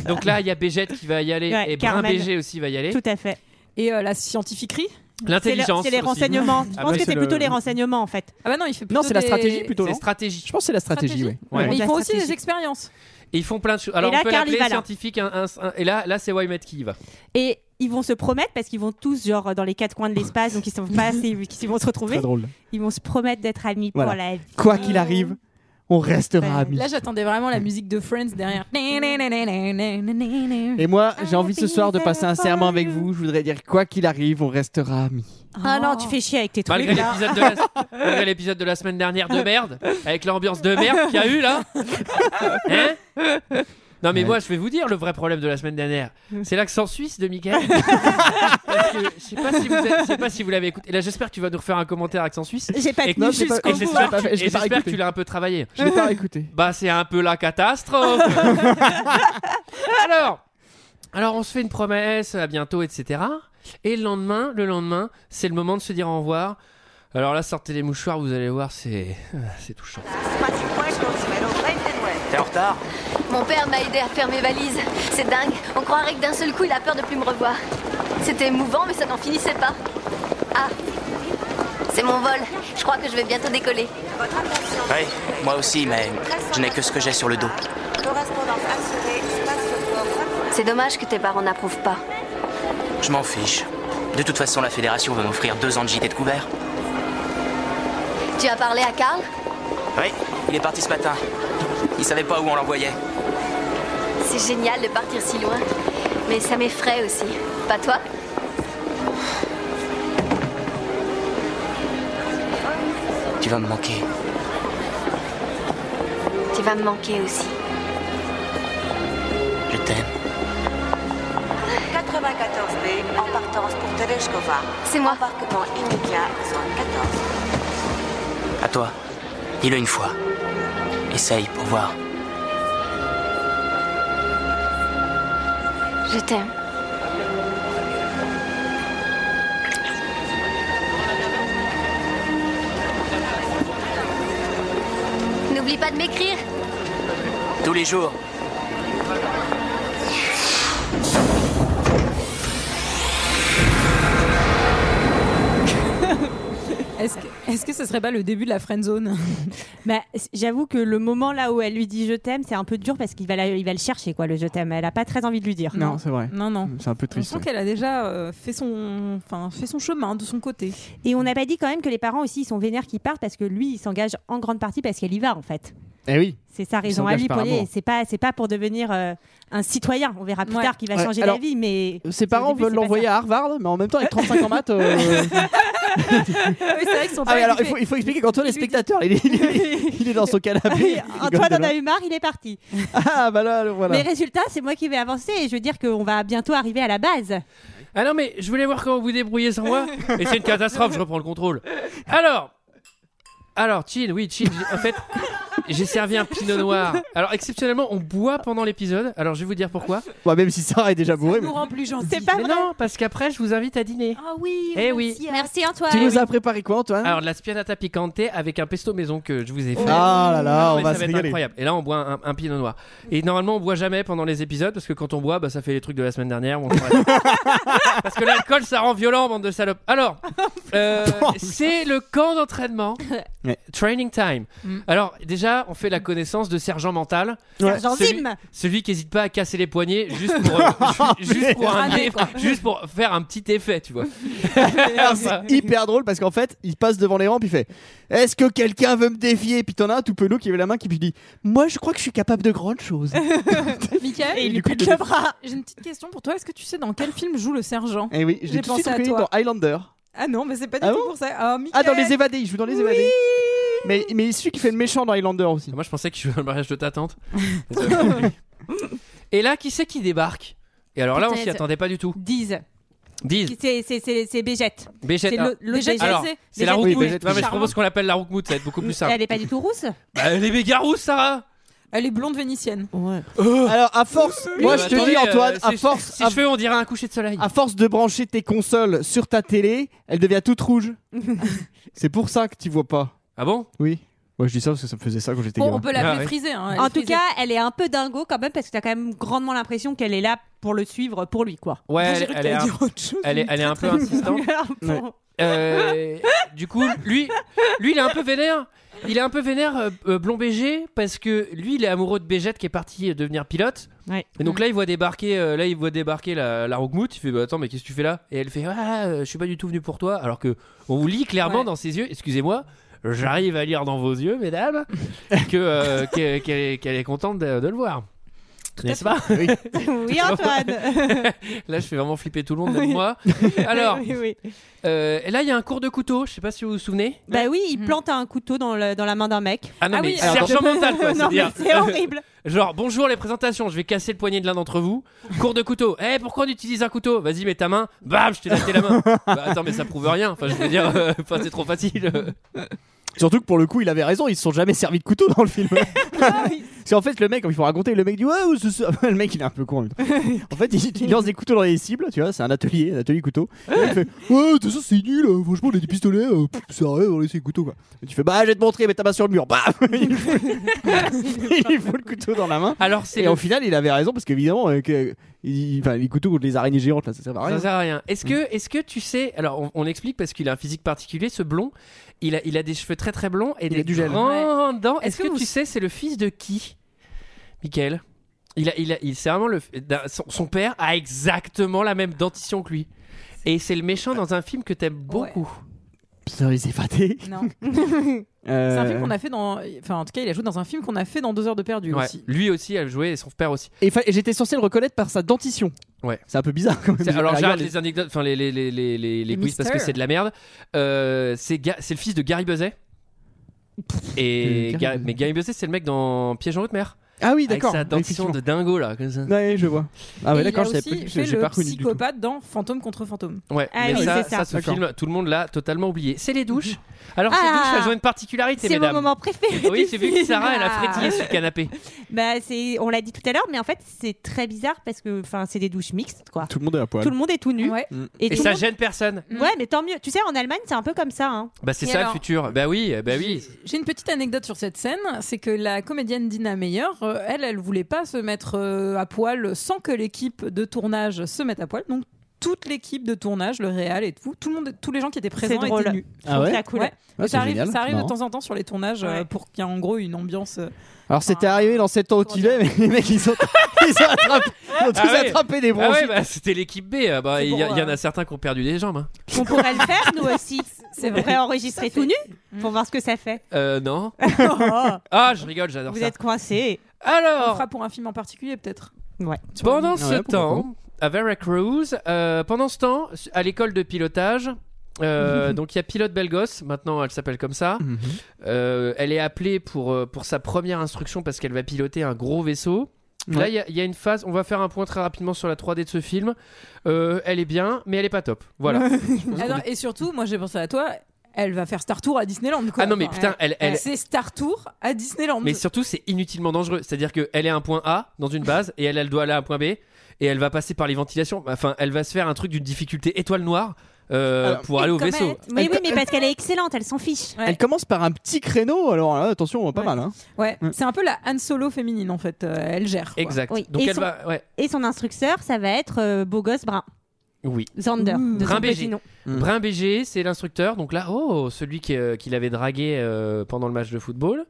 A: Donc là, il y a Bégette qui va y aller
I: Ouais,
A: et Brun
I: Carmen.
A: BG aussi va y aller.
I: Tout à fait.
H: Et euh, la scientifiquerie.
I: C'est le-
A: L'intelligence.
I: c'est les
A: aussi.
I: renseignements. Je
A: Ah
I: pense
A: bah,
I: que
G: c'est
I: c'est
G: le-
I: plutôt les renseignements, en fait.
H: Ah bah non, il fait
G: Non,
H: plutôt
G: c'est la
H: des-
G: stratégie plutôt,
A: C'est
G: non
A: stratégie.
G: Je pense que c'est la stratégie,
H: Stratégie.
A: Ouais.
H: Mais
I: de
H: ils
I: la
H: font aussi des
I: stratégie.
H: expériences.
A: Et ils font plein de choses. Alors
I: Et là,
A: on peut
I: Karl,
A: l'appeler
I: il va là.
A: scientifique. un- un- un- et là, là c'est Wymet qui y va.
I: Et ils vont se promettre, parce qu'ils vont tous, genre, dans les quatre coins de l'espace, donc ils ne savent pas s'ils s'ils vont se retrouver.
G: Très drôle.
I: Ils vont se promettre d'être amis
G: Voilà.
I: pour la vie.
G: Quoi qu'il arrive, on restera amis.
H: Là, j'attendais vraiment la musique de Friends derrière.
G: Et moi, j'ai envie ce soir de passer un serment avec vous. Je voudrais dire quoi qu'il arrive, on restera amis.
I: Ah non, tu fais chier avec tes trucs.
A: Malgré
I: là.
A: l'épisode de, la- malgré l'épisode de la semaine dernière de merde, avec l'ambiance de merde qu'il y a eu là. Hein non mais
G: Ouais.
A: moi je vais vous dire le vrai problème de la semaine dernière, c'est l'accent suisse de Mickaël. Parce que je sais pas si vous avez- je sais pas si vous l'avez écouté. Et là j'espère que tu vas nous refaire un commentaire accent suisse.
I: J'ai pas
A: Et-
I: tenu
G: Non, j'ai pas-
I: jusqu'au
A: Et
G: je
I: bout. hein.
G: l'ai
A: j'espère que-
G: pas fait, je l'ai
A: et
G: pas
A: j'espère que
G: écouté.
A: tu l'as un peu travaillé.
G: Je l'ai pas écouté.
A: Bah, c'est un peu la catastrophe. alors, alors, on se fait une promesse, à bientôt, etc. Et le lendemain, le lendemain, c'est le moment de se dire au revoir. Alors là, sortez les mouchoirs, vous allez voir, c'est euh, c'est touchant.
C: T'es en retard
J: Mon père m'a aidé à faire mes valises. C'est dingue. On croirait que d'un seul coup, il a peur de plus me revoir. C'était émouvant, mais ça n'en finissait pas. Ah, c'est mon vol. Je crois que je vais bientôt décoller.
C: Oui, moi aussi, mais je n'ai que ce que j'ai sur le dos.
J: C'est dommage que tes parents n'approuvent pas.
C: Je m'en fiche. De toute façon, la fédération va m'offrir deux ans de JT de couvert.
J: Tu as parlé à Karl
C: Oui, il est parti ce matin. Il savait pas où on l'envoyait.
J: C'est génial de partir si loin. Mais ça m'effraie aussi. Pas toi
C: Tu vas me manquer.
J: Tu vas me manquer aussi.
C: Je t'aime.
J: C'est moi.
C: À toi. Dis-le une fois. Essaye pour voir.
J: Je t'aime. N'oublie pas de m'écrire.
C: Tous les jours.
H: Est-ce que, est-ce que ce serait pas le début de la friend zone
I: Bah, c- j'avoue que le moment là où elle lui dit je t'aime, c'est un peu dur parce qu'il va, la- il va le chercher, quoi, le je t'aime. Elle a pas très envie de lui dire.
G: Non, c'est vrai.
H: Non, non.
G: C'est un peu
H: On
G: triste.
H: sent qu'elle a déjà euh, fait, son, enfin, fait son chemin de son côté.
I: Et on n'a pas dit quand même que les parents aussi, ils sont vénères qui partent parce que lui, il s'engage en grande partie parce qu'elle y va, en fait.
G: Eh oui.
I: C'est sa raison à
G: s'engage
I: lui
G: par
I: pour y aller.
G: amour.
I: C'est pas, c'est pas pour devenir euh, un citoyen. On verra plus
H: Ouais.
I: tard qu'il va
G: Ouais,
I: changer
G: alors-
I: d'avis, mais.
G: Ses parents
I: Au début,
G: veulent
I: c'est pas
G: l'envoyer à Harvard, mais en même temps, avec 35 en maths. euh,
H: c'est vrai qu'ils sont
G: Ah,
H: pas
G: mais alors, il faut, il faut expliquer qu'Antoine est spectateur. Il est, il est- il est dans son canapé. il rigole
I: Antoine
G: de
I: en
G: loin.
I: a eu marre, il est parti.
G: Ah, bah là, le voilà.
I: Mais résultat, c'est moi qui vais avancer et je veux dire qu'on va bientôt arriver à la base.
A: Ah non, mais je voulais voir comment vous débrouillez sans moi. Et c'est une catastrophe, je reprends le contrôle. Alors, alors, chill, oui, chill. J'ai- En fait, j'ai servi un pinot noir. Alors, exceptionnellement, on boit pendant l'épisode. Alors, je vais vous dire pourquoi.
G: Ouais, même si Sarah est déjà bourrée. mais-
H: nous rend plus gentils.
I: C'est pas
A: Mais
I: vrai.
A: non, parce qu'après, je vous invite à dîner.
I: Ah oui.
A: Eh oui.
I: Merci Antoine.
G: Tu nous as préparé quoi, Antoine
A: Alors de la spianata picante avec un pesto maison que je vous ai fait.
G: Ah là là,
A: Non,
G: on
A: mais
G: va
A: ça
G: se
A: va être
G: régaler.
A: incroyable. Et là, on boit un, un pinot noir. Et normalement, on boit jamais pendant les épisodes parce que quand on boit, bah, ça fait les trucs de la semaine dernière. où on s'arrête. parce que l'alcool, ça rend violent, bande de salopes. Alors,
G: Oh,
A: euh, c'est le camp d'entraînement,
G: Ouais.
A: training time.
H: Mm.
A: Alors déjà, déjà, on fait la connaissance de Sergent Mental.
I: Sergent
A: Celui,
I: Zim
A: celui qui n'hésite pas à casser les poignets juste pour, euh, ju- juste, pour un
H: Ramer,
A: eff-
H: quoi.
A: juste pour faire un petit effet, tu vois. Ah,
G: C'est hyper drôle parce qu'en fait, il passe devant les rampes, il fait Est-ce que quelqu'un veut me défier Puis t'en as un tout penaud qui avait la main qui lui dit Moi, je crois que je suis capable de grandes choses.
H: Michael,
G: Et
I: Et il
G: du
I: lui
G: coup,
I: pète
G: il
I: le
G: le-
I: bras
H: j'ai une petite question pour toi. Est-ce que tu sais dans quel film joue le sergent
G: Et Eh oui, j'ai
H: J'ai
G: tout de suite
H: pensé à
G: reconnu
H: toi.
G: dans Highlander.
H: Ah non, mais c'est pas du
G: Ah
H: tout
G: bon
H: pour ça. Ah,
G: Ah, dans
H: Michael.
G: Les Évadés, il joue dans Les Évadés. Mais, mais celui qui fait le méchant dans Highlander aussi.
A: Moi, je pensais que je jouais dans le mariage de ta tante. Désolé. Et là, qui c'est qui débarque Et alors là, on s'y
I: Peut-être.
A: attendait pas du tout.
I: Disent.
A: Diz,
I: C'est- C'est c'est- c'est Bégette.
A: Béchette.
I: C'est
A: ah,
I: l'au- l'autre
H: Bégette,
I: Bégette.
A: Alors,
H: c'est-
A: c'est la
I: Bégette
A: route
G: Oui,
I: qui est
G: Bégette,
A: Non, mais je
I: charmante.
A: propose qu'on l'appelle la route ça va être beaucoup plus simple.
I: Elle est pas du tout rousse
A: Bah, elle est méga rousse, Sarah
H: Elle est blonde vénitienne.
I: Ouais.
G: Alors, à force, moi je te
A: Attendez,
G: dis, Antoine,
A: euh,
G: à,
A: si-
G: force,
A: Si
G: à,
A: je fais, on dirait un coucher de soleil.
G: à force de brancher tes consoles sur ta télé, elle devient toute rouge. C'est pour ça que tu vois pas.
A: Ah bon
G: Oui. Moi je dis ça parce que ça me faisait ça quand j'étais
H: Bon,
G: gamin.
H: on peut
A: Ah,
H: l'appeler
A: ouais.
H: frisée. hein, elle
I: En
H: est
I: tout
H: frisée.
I: cas, elle est un peu dingo quand même parce que t'as quand même grandement l'impression qu'elle est là pour le suivre, pour lui quoi.
A: Ouais,
H: Moi, j'ai
A: elle, elle
H: cru qu'elle
A: est,
H: allait
A: un,
H: dire autre chose.
A: elle, est, elle est un peu insistante.
I: Bon.
A: Euh, du coup, lui, lui, il est un peu vénère. Il est un peu vénère, euh, euh, Blond BG, parce que lui, il est amoureux de Bégette qui est parti euh, devenir pilote.
I: Ouais.
A: Et donc là, il voit débarquer, euh, là, il voit débarquer la, la Rougmout. Il fait, bah, attends, mais qu'est-ce que tu fais là Et elle fait, ah, euh, je suis pas du tout venu pour toi. Alors que on vous lit clairement
H: Ouais.
A: dans ses yeux, excusez-moi, j'arrive à lire dans vos yeux, mesdames, que euh, qu'elle qu'elle est- qu'elle est contente de, de le voir. N'est-ce pas
I: Oui Antoine.
A: Là, je fais vraiment flipper tout le monde, même moi. Alors,
I: Oui, oui, oui.
A: euh, et là, il y a un cours de couteau. Je sais pas si vous vous souvenez.
I: Bah oui, il
H: Hmm.
I: plante un couteau dans, le- dans la main d'un mec.
A: Ah non,
H: Ah
A: mais
H: oui,
A: sergent mental, quoi.
I: Non, mais
A: c'est-à-dire-
I: c'est horrible.
A: Genre, bonjour les présentations, je vais casser le poignet de l'un d'entre vous. Cours de couteau. Eh, pourquoi on utilise un couteau Vas-y, mets ta main. Bam, je t'ai laté la main. bah, attends, mais ça prouve rien. Enfin, je veux dire, euh, enfin, c'est trop facile.
G: Surtout que pour le coup, il avait raison, ils se sont jamais servis de couteau dans le film.
H: Ah
G: C'est en fait le mec, quand il faut raconter, le mec dit waouh, ce- ce- le mec il est un peu con. en même temps. En fait, il, il lance des couteaux dans les cibles, tu vois, c'est un atelier, un atelier couteau. Et il fait ouais, de toute façon, c'est nul, euh, franchement, on a des pistolets, euh, pff, ça sert à rien, on laisse les couteaux quoi. Et tu fais bah, je vais te montrer, mets ta main sur le mur, bam Il lui fout, il lui fout le couteau dans la main.
A: Alors, c'est.
G: Et
A: le-
G: au final, il avait raison parce qu'évidemment, euh, que- il- enfin, les couteaux contre les araignées géantes là, ça sert à rien. Mm.
A: Ça sert à rien. Est-ce que, est-ce que tu sais. Alors, on, on explique parce qu'il a un physique particulier, ce blond. Il a, il a des cheveux très très blonds et des
G: a du gel.
A: grandes dents. Est-ce
H: Est-ce
A: que,
H: que vous-
A: tu sais, c'est le fils de qui Michael il a, il a, il, c'est vraiment le. d'un- Son, son père a exactement la même dentition que lui. Et c'est le méchant dans un film que t'aimes beaucoup.
G: Putain, il s'est faté.
H: Non.
G: Euh,
H: C'est un film qu'on a fait dans. Enfin, en tout cas, il a joué dans un film qu'on a fait dans Deux heures de perdu
A: Ouais,
H: aussi.
A: Lui aussi a joué et son père aussi.
G: Et, fa- et j'étais censé le reconnaître par sa dentition.
A: Ouais.
G: C'est un peu bizarre quand même.
A: C'est- Alors
G: Regarde,
A: j'arrête les anecdotes, enfin les, les, les, les, les, les
H: Les
A: quiz parce que
H: mystères.
A: c'est de la merde. Euh, c'est Ga- c'est le fils de Gary Buzet. Et
G: Euh, Gary
A: Ga-
G: Buzet.
A: mais Gary Buzet c'est le mec dans Piège en haute mer.
G: Ah oui,
A: Avec
G: d'accord.
A: sa dentition de dingo là. comme ça.
G: Ouais, je vois. Ah ouais,
H: Et
G: d'accord,
H: il
G: je
H: a
G: savais
H: aussi
G: pas-
H: fait
G: je- j'ai
H: le
G: pas reconnu du tout.
H: psychopathe dans Fantôme contre Fantôme.
A: Ouais.
I: Ah
A: mais
I: oui,
A: ça,
I: c'est ça.
A: ça, ce
G: D'accord.
A: film, tout le monde l'a totalement oublié. C'est les douches. Alors ces
I: Ah.
A: douches, elles ont une particularité,
I: C'est mon
A: mesdames. Ah
I: moment préféré.
A: Oui,
I: du
A: j'ai vu que
I: film.
A: Sarah, elle a
I: Ah.
A: frétillé sur le canapé.
I: Bah c'est, on l'a dit tout à l'heure, mais en fait c'est très bizarre parce que, enfin, c'est des douches mixtes quoi.
G: Tout le monde est à poil.
I: Tout le monde est tout nu.
H: Ouais.
A: Et,
I: tout
A: ça
I: le monde-
A: gêne personne.
H: gêne.
I: Ouais, mais tant mieux. Tu sais, en Allemagne, c'est un peu comme ça. Hein.
A: Bah c'est
H: Et
A: ça
H: alors-
A: le futur. Bah oui, bah oui.
H: J'ai une petite anecdote sur cette scène, c'est que la comédienne Dina Meyer, euh, elle, elle voulait pas se mettre euh, à poil sans que l'équipe de tournage se mette à poil. Donc toute l'équipe de tournage, le réal et tout, tout le monde, tous les gens qui étaient présents
I: drôle.
H: étaient nus.
G: Ah ouais
I: C'est cool.
H: Ouais.
G: Ah,
H: Et
G: c'est
H: ça arrive,
G: génial,
H: ça arrive
G: c'est
H: de
G: marrant.
H: temps en temps sur les tournages euh,
I: Ouais.
H: pour qu'il y ait en gros une ambiance. euh,
G: Alors c'était arrivé dans 7 ans au
H: Comment
G: Tibet, mais les mecs ils ont, ils ont attrapé, ils ont tous
A: Ah ouais.
G: attrapé des
A: Ah
G: bronches.
A: ouais, bah c'était l'équipe B. euh, Bah
H: C'est
A: il y, a-
H: bon,
A: il y en
H: euh.
A: a certains qui ont perdu les jambes. hein.
I: On pourrait le faire nous aussi.
H: C'est
I: On
H: vrai. Mm.
I: pourrait enregistrer
H: Tout à
I: tout nu pour voir ce que ça fait.
A: Euh, non.
I: Oh,
A: Ah, je rigole, j'adore
I: vous
A: ça.
I: êtes coincés. Oh.
H: On
A: Alors,
H: fera pour un film en particulier peut-être.
I: Ouais.
A: pendant
G: Ouais,
A: ce
G: pourquoi
A: temps, à Veracruz, euh, pendant ce temps, à l'école de pilotage, euh, donc il y a pilote Belgos, maintenant elle s'appelle comme ça.
G: Mhm.
A: Euh, elle est appelée pour, euh, pour sa première instruction parce qu'elle va piloter un gros vaisseau. Là,
G: Ouais.
A: il y a- il y, a une phase, on va faire un point très rapidement sur la 3D de ce film. Euh, elle est bien, mais elle est pas top. Voilà.
H: Ah non, et surtout, moi j'ai pensé à toi, elle va faire Star Tour à Disneyland. Quoi.
A: ah non, mais
H: Enfin,
A: putain, elle, elle,
H: C'est Star Tour à Disneyland.
A: Mais surtout, c'est inutilement dangereux. C'est-à-dire qu'elle est à un point A dans une base et elle, elle doit aller à un point B et elle va passer par les ventilations. Enfin, elle va se faire un truc d'une difficulté étoile noire euh,
G: Alors-
A: pour aller au vaisseau.
I: Mais
G: Elle-
I: oui, mais parce qu'elle est excellente, elle s'en fiche.
H: Ouais.
G: Elle commence par un petit créneau, alors là, attention, pas
H: Ouais.
G: mal. Hein.
H: Ouais,
G: Ouais.
H: c'est un peu la Han Solo féminine en fait. euh, elle gère. quoi.
A: Mm. Exact.
I: Oui.
A: Donc
I: Et
A: elle
I: son-
A: va. Ouais.
I: Et son instructeur, ça va être euh, beau gosse brun.
A: Oui.
I: Zander.
H: Ouh.
I: de son
A: Brun BG.
I: petit nom.
G: Mm.
A: Brun BG, c'est l'instructeur. Donc là, oh, celui qui, euh, qui l'avait dragué euh, pendant le match de football.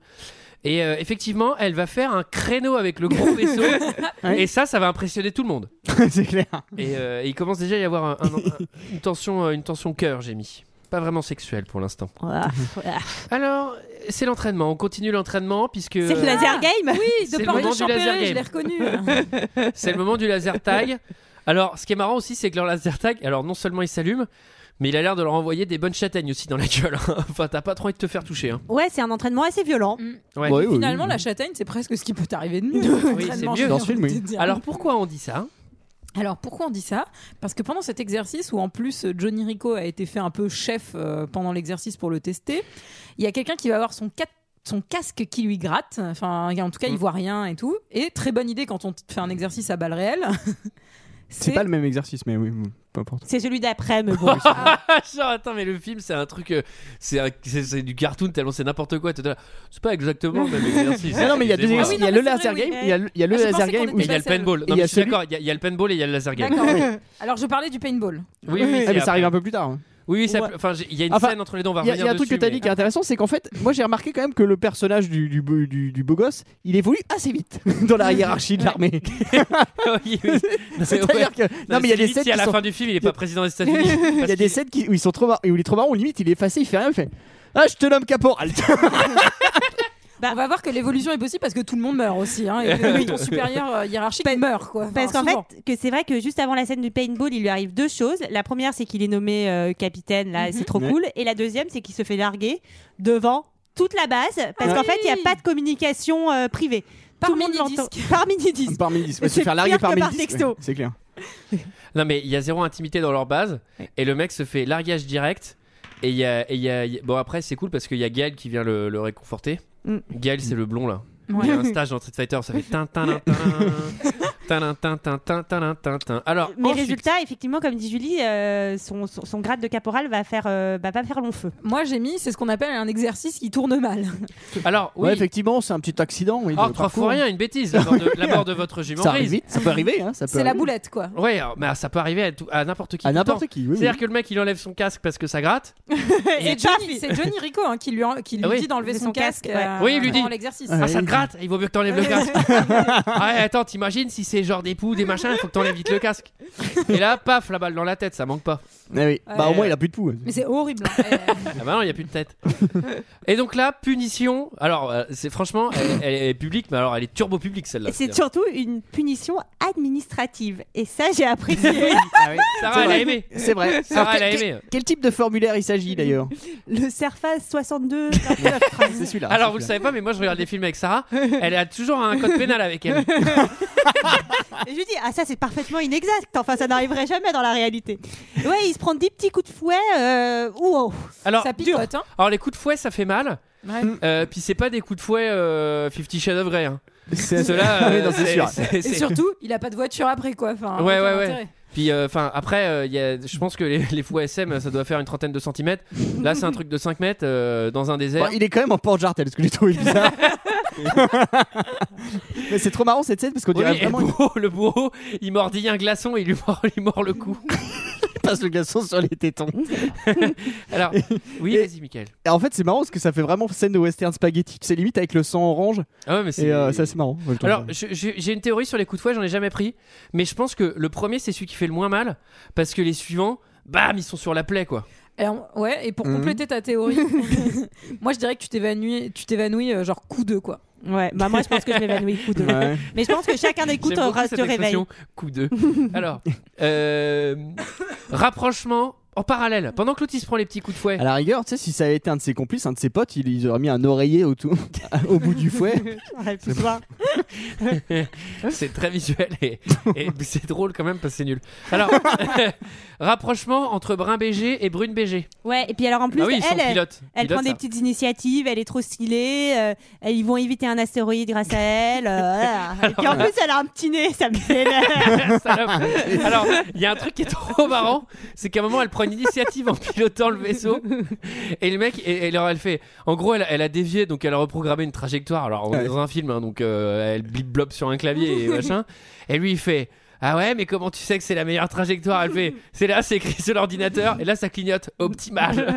A: Et euh, effectivement, elle va faire un créneau avec le gros vaisseau.
G: Ouais.
A: et ça, ça va impressionner tout le monde.
G: c'est clair.
A: Et, euh, et il commence déjà à y avoir un- un- un- une tension, euh, une tension cœur, j'ai mis. Pas vraiment sexuelle pour l'instant.
I: Voilà.
A: Alors, c'est l'entraînement. On continue l'entraînement puisque
I: C'est le
H: Ah.
I: laser game
H: Oui,
A: C'est
H: de
A: le
H: part
A: moment
H: de
A: du laser
H: Champéret, je
A: game.
H: l'ai reconnu. hein.
A: c'est le moment du laser tag. Alors, ce qui est marrant aussi, c'est que leur laser tag, alors non seulement il s'allume, mais il a l'air de leur envoyer des bonnes châtaignes aussi dans la gueule. hein. enfin, t'as pas trop envie de te faire toucher. hein.
I: Ouais, c'est un entraînement assez violent.
H: Mm.
A: Ouais.
G: Ouais, ouais,
H: Finalement,
G: ouais.
H: la châtaigne, c'est presque ce qui peut t'arriver de mieux.
A: Oui, c'est
H: Entraînement,
A: mieux.
H: j'ai
G: Dans ce film,
H: envie
G: oui.
H: de dire.
A: Alors pourquoi on dit ça hein?
H: Alors pourquoi on dit ça Parce que pendant cet exercice où en plus euh, Johnny Rico a été fait un peu chef euh, pendant l'exercice pour le tester, il y a quelqu'un qui va avoir son cat- son casque qui lui gratte, enfin en tout cas
G: Mm.
H: il voit rien et tout. Et très bonne idée quand on t- fait un exercice à balles réelles.
G: C'est pas le même exercice, mais oui, mm, peu importe.
I: C'est celui d'après, mais bon.
A: Ah, Genre, attends, mais le film, c'est un truc. euh, C'est un- c'est- c'est du cartoon, tellement c'est n'importe quoi. t'es là, C'est pas exactement le même exercice.
G: Ah Non, non, mais il y a deux
A: Excusez-moi.
G: exercices.
H: oui,
G: Il y a
H: non,
G: le
H: mais c'est
G: laser
H: vrai,
G: game,
I: oui.
G: il y a le- il y a le
H: Ah, je
G: laser
H: pensais qu'on
G: game.
H: était
A: Mais
G: oui.
A: il y a le
H: Bah, c'est-
A: paintball.
G: et
A: Non,
G: il y
A: mais
G: a
A: je suis
G: celui-
A: d'accord, il y, a- il y a le paintball et il y a le laser game.
H: D'accord. Alors je parlais du paintball.
A: Oui, oui,
G: Ah,
A: c'est
G: mais ça
A: après.
G: arrive un peu plus tard.
A: Oui, oui, ça
G: Ouais.
A: peut- enfin, j'ai- il y a une
G: Enfin,
A: scène entre les deux, on va
G: Il y a,
A: revenir
G: il y a un truc que
A: dessus,
G: t'as
A: mais-
G: dit qui est intéressant, c'est qu'en fait, moi j'ai remarqué quand même que le personnage du, du, beau- du- du beau gosse, il évolue assez vite dans la hiérarchie de l'armée.
A: Ah Oui, oui. Non, ouais.
G: C'est-à-dire que. Non, mais il y a des
A: limite,
G: scènes
A: si à
G: qui
A: la
G: sont-
A: fin du film, il est
G: il y
A: pas
G: a-
A: président des États-Unis.
G: il y
A: parce
G: a des
A: qu'il-
G: scènes qui, où ils sont trop marrants, où il est trop marrant, où limite il est effacé, il fait rien, il fait. Ah, je te nomme caporal
I: Bah.
H: On va voir que l'évolution est possible parce que tout le monde meurt aussi. hein, et que ton supérieur euh, hiérarchique meurt quoi.
I: Parce
H: Enfin,
I: qu'en
H: souvent.
I: fait, que c'est vrai que juste avant la scène du paintball, il lui arrive deux choses. La première, c'est qu'il est nommé euh, capitaine,
H: Mm-hmm.
I: là, et c'est trop
G: Ouais.
I: cool. Et la deuxième, c'est qu'il se fait larguer devant toute la base, parce
H: Ah
I: qu'en
H: oui.
I: fait, il n'y a pas de communication euh, privée.
H: Par
I: Tout le monde
H: mini-disque.
I: l'entend. Par mini-disque.
G: Parmi 10, se
I: C'est
G: faire larguer
I: pire que
G: parmi
I: par
G: 10.
I: texto.
G: C'est clair.
A: Non, mais il y a zéro intimité dans leur base. Et le mec se fait largage direct. Et il y a, et il y a- il y a- Bon, après, c'est cool parce qu'il y a Gaël qui vient le, le réconforter.
I: Mm.
A: Gaël, c'est le blond là.
H: Ouais.
A: Il y a un stage dans Street Fighter, ça fait tin tin tin tin tin tin tin tin tin tin. Alors,
I: Mais
A: ensuite-
I: résultat, effectivement, comme dit Julie, euh, son, son- son grade de caporal va faire, euh, va pas faire long feu.
H: Moi j'ai mis c'est ce qu'on appelle un exercice qui tourne mal.
A: alors oui.
G: Ouais, effectivement, c'est un petit accident. Oui,
A: oh,
G: de
A: trois
G: parcours.
A: fois rien, une bêtise, la mort de, la mort de votre jument
G: Ça arrive
A: grise.
G: vite, ça peut arriver. Hein, ça peut
H: C'est la
G: arriver.
H: boulette quoi.
A: Ouais, alors, mais ça peut arriver à, tout- à n'importe qui.
G: À
A: tout le temps.
G: n'importe qui, oui. oui.
A: C'est-à-dire que le mec il enlève son casque parce que ça gratte. Et
H: C'est Johnny, c'est Johnny Rico hein, qui lui, en- qui lui
A: Ah oui.
H: dit d'enlever
I: Enlever
H: son,
I: son
H: casque.
I: casque, ouais.
H: euh,
A: Oui, il lui dit.
H: pendant l'exercice.
G: Ouais.
A: Ah, ça te gratte Il vaut mieux que t'enlèves le casque. ah, ouais, attends, t'imagines si c'est genre des poux, des machins, il faut que t'enlèves vite le casque. Et là, paf, la balle dans la tête, ça manque pas.
G: Ah oui. Bah, au
A: Ouais.
G: moins, il a plus de poux.
H: Mais c'est horrible. hein. Euh,
A: Ah bah non, il n'y a plus de tête. Et donc là, punition. Alors, euh, c'est franchement, elle, elle est publique, mais alors elle est turbo publique celle-là.
I: C'est surtout une punition administrative. Et ça, j'ai apprécié.
A: Ah
G: Ah
A: Sarah, elle a aimé.
G: C'est vrai.
A: Sarah,
G: Alors,
A: elle a
G: quel-
A: aimé.
G: Quel type de formulaire il s'agit d'ailleurs
I: Le Surface 62.
G: C'est celui-là.
A: Alors,
G: c'est
A: vous le
G: celui-là.
A: savez pas, mais moi je regarde des films avec Sarah. Elle a toujours un code pénal avec elle.
I: Et je lui dis, ah ça c'est parfaitement inexact, enfin ça n'arriverait jamais dans la réalité. Ouais, il se prend 10 petits coups de fouet, euh, ouh, oh.
A: Alors,
H: ça picote. Hein.
A: alors, les coups de fouet, ça fait mal.
H: Ouais.
A: Euh, puis c'est pas des coups de fouet euh, Fifty Shades of Grey. Hein.
G: C'est
A: Ceux-là,
G: Ah oui,
A: euh,
G: non, c'est sûr.
A: c'est-
H: Et
A: c'est-
H: surtout, il a pas de voiture après quoi. Enfin,
A: Ouais,
H: aucun
A: ouais, ouais.
H: intérêt.
A: Puis enfin après, euh, il y a- je pense que les, les fouets SM, ça doit faire une trentaine de centimètres. Là, c'est un truc de 5 mètres euh, dans un désert.
G: Bon, Bah, il est quand même en porte-jartel, ce que j'ai trouvé bizarre. Mais c'est trop marrant cette scène parce qu'on
A: Oui,
G: dirait
A: et le,
G: vraiment qu'il
A: bourreau, le bourreau, il mordit un glaçon et il lui mord, il lui mord le cou.
G: passe le glaçon sur les tétons.
A: Alors, oui,
G: Et-
A: vas-y, Michael.
G: Et en fait, c'est marrant parce que ça fait vraiment scène de western spaghetti, c'est limite avec le sang orange.
A: Ah ouais, mais c'est.
G: Et euh, ça, c'est marrant. Moi, je trouve
A: Alors,
G: ça.
A: je- je- j'ai une théorie sur les coups de fouet, j'en ai jamais pris. Mais je pense que le premier, c'est celui qui fait le moins mal. Parce que les suivants, bam, ils sont sur la plaie, quoi.
H: Alors, ouais, et pour
G: Mhm.
H: compléter ta théorie, moi je dirais que tu t'évanouis, tu t'évanouis euh, genre coup de quoi.
I: Ouais, bah moi je pense que je m'évanouis coup de.
G: Ouais.
I: Mais je pense que chacun des coups
A: J'aime beaucoup
I: te,
A: cette
I: te réveille.
A: expression, Coup de. Alors, euh, rapprochement en parallèle. Pendant que l'autre, il se prend les petits coups de fouet.
G: À la rigueur, tu sais, si ça avait été un de ses complices, un de ses potes, il, il aurait mis un oreiller autour, au bout du fouet.
I: Ouais, plus souvent. Ah.
A: C'est très visuel et, et c'est drôle quand même parce que c'est nul. Alors, rapprochement entre Brun BG et Brune BG.
I: Ouais, et puis alors en plus,
A: ah oui, ils sont
I: elle, elle,
A: pilotes.
I: elle
A: Pilotes,
I: prend des
A: ça.
I: petites initiatives, elle est trop stylée, euh, elle- ils vont éviter un astéroïde grâce à elle. euh, voilà. Et puis en plus, elle a un petit nez, ça me fait.
A: Salope. Alors, il y a un truc qui est trop marrant, c'est qu'à un moment, elle prend une initiative en pilotant le vaisseau, et le mec, et, et alors elle fait, en gros, elle, elle a dévié, donc elle a reprogrammé une trajectoire. Alors, on est
G: Ouais.
A: dans un film, hein, donc euh, elle blip blop sur un clavier et machin. Et lui, il fait, Ah ouais, mais comment tu sais que c'est la meilleure trajectoire Elle fait C'est là, c'est écrit sur l'ordinateur, et là, ça clignote Optimal.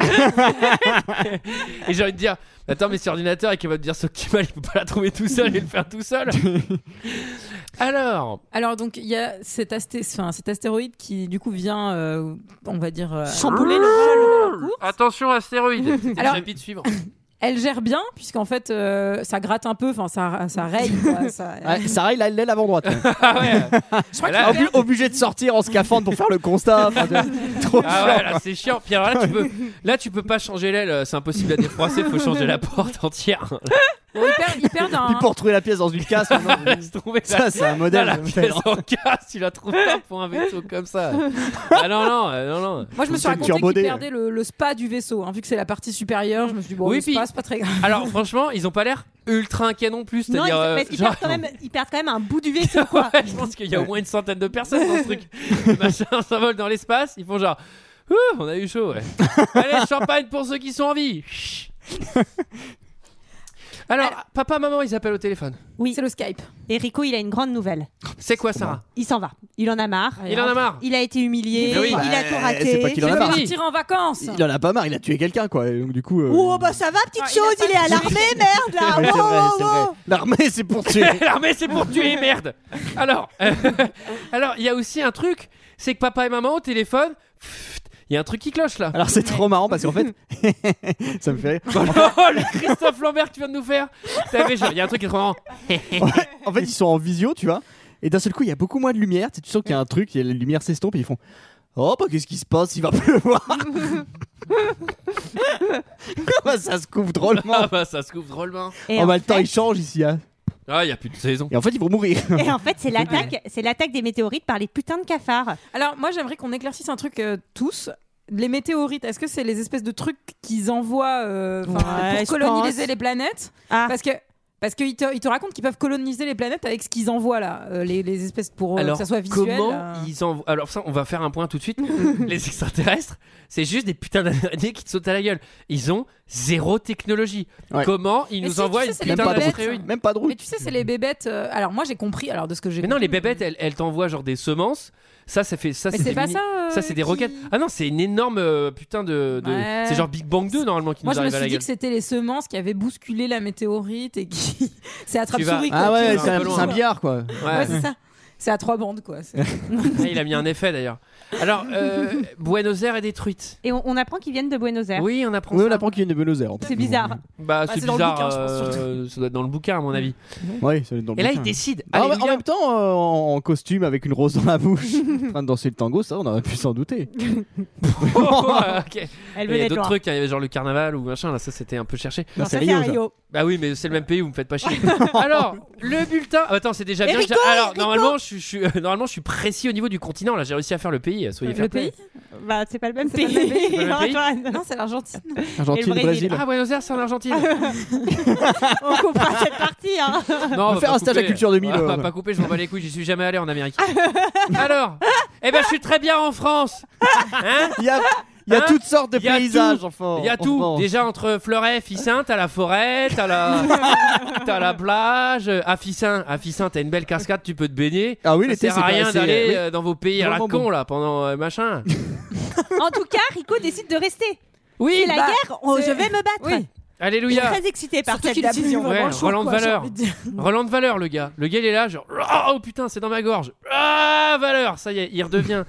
A: et j'ai envie de dire Attends, mais c'est ordinateur, et qu'il va te dire ce optimal, il peut pas la trouver tout seul et le faire tout seul. Alors,
H: Alors donc il y a cet, asté- enfin, cet astéroïde qui du coup vient, euh, on va dire, euh,
I: Chambouler le vol de la course.
A: attention, astéroïde. C'était
H: Alors-
A: le chapitre suivant.
H: elle gère bien puisqu'en fait euh, ça gratte un peu, enfin ça, ça raye. quoi, ça- euh,
G: Ouais, Sarah, il a l'aile avant droite.
A: Ah ouais,
H: Je crois
A: elle a-
H: qu'il perd-
G: Obli- obligé de sortir en scaphandre pour faire le constat. Enfin, tu vois, trop
A: Ah
G: chiant.
A: ouais, là c'est chiant. Puis alors là tu peux, là tu peux pas changer l'aile, euh, c'est impossible à défroisser, faut changer la porte entière.
H: bon, il perd, il perd
G: Puis
H: un.
G: pour trouver la pièce dans une casse, maintenant,
A: Laisse trouver la-
G: ça c'est un
A: Là,
G: modèle.
A: la
G: je me
A: pièce
G: fais-
A: en casse, tu la trouves pas pour un vaisseau comme ça. Ah non, non, euh, non, non.
H: Moi je me suis
G: C'est une
H: raconté qu'il
G: turbodée.
H: perdait le, le spa du vaisseau, hein, vu que c'est la partie supérieure. Je me suis dit bon,
A: Oui,
H: le spa
A: puis-
H: c'est pas très grave.
A: Alors, franchement, ils ont pas l'air ultra inquiets non plus.
I: Non, ils,
A: C'est-à-dire, euh,
I: parce qu'ils
A: genre-
I: perdent quand même, ils perdent quand même un bout du vaisseau, quoi.
A: Ouais, je pense qu'il y a au moins une centaine de personnes dans ce truc. Le machin s'envole dans l'espace, ils font genre. Ouh, on a eu chaud, ouais. Allez, champagne pour ceux qui sont en vie. Alors, papa, maman, ils appellent au téléphone.
I: Oui.
H: C'est le Skype.
I: Et Rico, il a une grande nouvelle.
A: C'est quoi, Sarah
I: Il s'en va. Il en a marre.
A: Il en a marre.
I: Il a été humilié.
A: Mais oui.
I: Il a tout
G: Ouais,
I: raté.
G: Eh, c'est pas qu'il en a
A: C'est
G: marre.
A: fini.
H: Partir en vacances.
G: Il en a pas marre, il a tué quelqu'un quoi. Et donc du coup. euh,
I: Oh, bah ça va, petite
H: Ah, il a
I: chose.
H: pas
I: Il est à
H: tué.
I: l'armée, merde, là. Oh,
G: ouais, c'est
I: Wow,
G: vrai,
I: wow,
G: c'est
I: wow.
G: vrai. L'armée c'est pour tuer.
A: L'armée, c'est pour tuer, merde Alors, euh, alors il y a aussi un truc, c'est que papa et maman au téléphone, pfft, il y a un truc qui cloche là.
G: Alors c'est trop marrant parce qu'en fait, ça me fait rire.
A: Oh, le Christophe Lambert que tu viens de nous faire T'avais genre, Il y a un truc qui est trop marrant.
G: En fait, ils sont en visio, tu vois. Et d'un seul coup, il y a beaucoup moins de lumière. Tu, sais, tu sens qu'il y a un truc, et la lumière s'estompe et ils font. Oh, bah qu'est-ce qui se passe Il va pleuvoir Comment Bah, ça se coupe drôlement
A: Ah bah ça se couvre drôlement.
I: Et
G: Oh, bah
I: en
G: le temps
I: fait-
G: il change ici. hein.
A: Ah, il y a plus de saison.
G: Et en fait, ils vont mourir.
I: Et en fait, c'est l'attaque, c'est l'attaque des météorites par les putains de cafards.
H: Alors moi j'aimerais qu'on éclaircisse un truc euh, tous. Les météorites, est-ce que c'est les espèces de trucs qu'ils envoient euh, 'fin,
I: Ouais,
H: pour
I: je
H: coloniser
I: pense.
H: les planètes
I: Ah.
H: Parce que parce qu'ils te, ils te racontent qu'ils peuvent coloniser les planètes avec ce qu'ils envoient là, euh, les, les espèces pour euh,
A: Alors,
H: que ça soit visuel.
A: Comment
H: euh.
A: ils envoient Alors ça, on va faire un point tout de suite. les extraterrestres, c'est juste des putains d'araignées qui te sautent à la gueule. Ils ont zéro technologie.
G: Ouais.
A: Comment ils
H: Mais
A: nous
H: si, tu
A: envoient
H: sais,
A: une
H: c'est les
A: putain
G: bébêtes.
A: d'astéroïde
G: Même pas de
H: Mais
G: route.
H: tu sais, c'est les bébêtes. euh, alors moi j'ai compris. Alors de ce que j'ai.
A: Mais non, les
H: compris,
A: bébêtes, elles, elles t'envoient genre des semences. Ça, ça fait ça.
H: Mais
A: c'est
H: c'est
A: des
H: pas
A: mini-
H: ça. euh,
A: Ça, c'est des
H: qui-
A: roquettes. Ah non, c'est une énorme euh, putain de. de-
H: Ouais.
A: C'est genre Big Bang 2 normalement qui
H: Moi
A: nous
H: je me
A: arrive à
H: suis
A: la
H: dit
A: gueule.
H: que c'était les semences qui avaient bousculé la météorite et qui. c'est attrape
A: vas-
H: souris.
G: Ah ouais,
A: un
G: c'est
A: peu
G: un,
A: loin.
G: c'est un billard quoi.
H: Ouais, c'est ça. C'est à trois bandes quoi. C'est-
A: Ah, il a mis un effet d'ailleurs. Alors, euh, Buenos Aires est détruite.
I: Et on, on apprend qu'ils viennent de Buenos Aires.
A: Oui, on apprend
G: Oui,
A: ça.
G: on apprend qu'il y a une Buenos Aires.
I: C'est bizarre.
A: Bah,
H: Ah,
A: c'est
H: c'est dans le
A: bizarre.
H: bouquin, je pense, Mm.
A: euh, ça doit être dans le bouquin, à mon avis.
G: Ouais, ça doit être dans le
A: Et là,
G: bouquin.
A: ils décident.
G: Ah, mais en
A: Alléluia.
G: même temps, euh, en, en costume, avec une rose dans la bouche, en train de danser le tango, ça, on aurait pu s'en douter. Oh,
A: Ok.
I: Elle
A: Oh, Il y a
I: venait de
A: d'autres
I: loin.
A: trucs, hein, il y avait genre le carnaval ou machin, là ça c'était un peu cherché.
G: Non,
I: Ça,
G: c'est
I: c'est à
G: Rio, ça.
I: Rio.
A: Bah oui, mais c'est le même pays, vous me faites pas chier. Alors, le bulletin. Ah, Attends, c'est déjà bien. que
I: Enrico,
A: j'a- Alors,
I: Enrico.
A: normalement je, suis- je suis, euh, normalement, je suis précis au niveau du continent, là j'ai réussi à faire le pays, euh, soyez fair
H: Le
A: play.
H: pays
I: Bah, c'est pas le même
H: C'est pas le même
I: pays.
A: C'est pas le
I: Antoine.
H: Non, c'est l'Argentine.
G: Argentine,
I: Et le Brésil.
G: Brésil.
A: Ah, Buenos Aires, c'est en Argentine.
I: On comprend cette partie. Hein.
A: Non,
G: va
A: va
G: faire
A: pas
G: un stage
A: couper.
G: à culture euh. 2000,
A: Ah, On va
G: ouais.
A: pas couper, je m'en bats les couilles, j'y suis jamais allé en Amérique. Alors, eh ben je suis très bien en France.
I: Ah.
A: Hein
G: Il y a, il y a
A: Hein
G: toutes sortes de
A: Il y a
G: paysages,
A: tout.
G: enfin.
A: Il y a
G: Oh, en
A: tout.
G: France.
A: Déjà entre Fleuret, Fissin, t'as la forêt, t'as la, t'as la plage. euh, À Fissin, à Fissin, t'as une belle cascade, tu peux te baigner.
G: Ah oui,
A: Ça
G: l'été,
A: sert à
G: c'est
A: rien
G: pas- c'est-
A: d'aller
G: oui.
A: euh, dans vos pays à la
G: Vraiment
A: con
G: bon.
A: là pendant euh, machin.
I: En tout cas, Rico décide de rester.
H: Oui,
I: Et la guerre,
H: Bah,
I: oh,
H: c'est-
I: je vais me battre.
H: Oui.
I: Je suis
A: Alléluia.
I: très excité par
H: Surtout
I: cette
H: qu'il a plus
I: décision.
H: vraiment
A: Ouais,
H: chaud,
A: Roland de
H: quoi, j'ai
A: Valeur.
H: envie de dire.
A: Roland de valeur, le gars. Le gars, il est là, genre, oh putain, c'est dans ma gorge. Ah, valeur, ça y est, il redevient,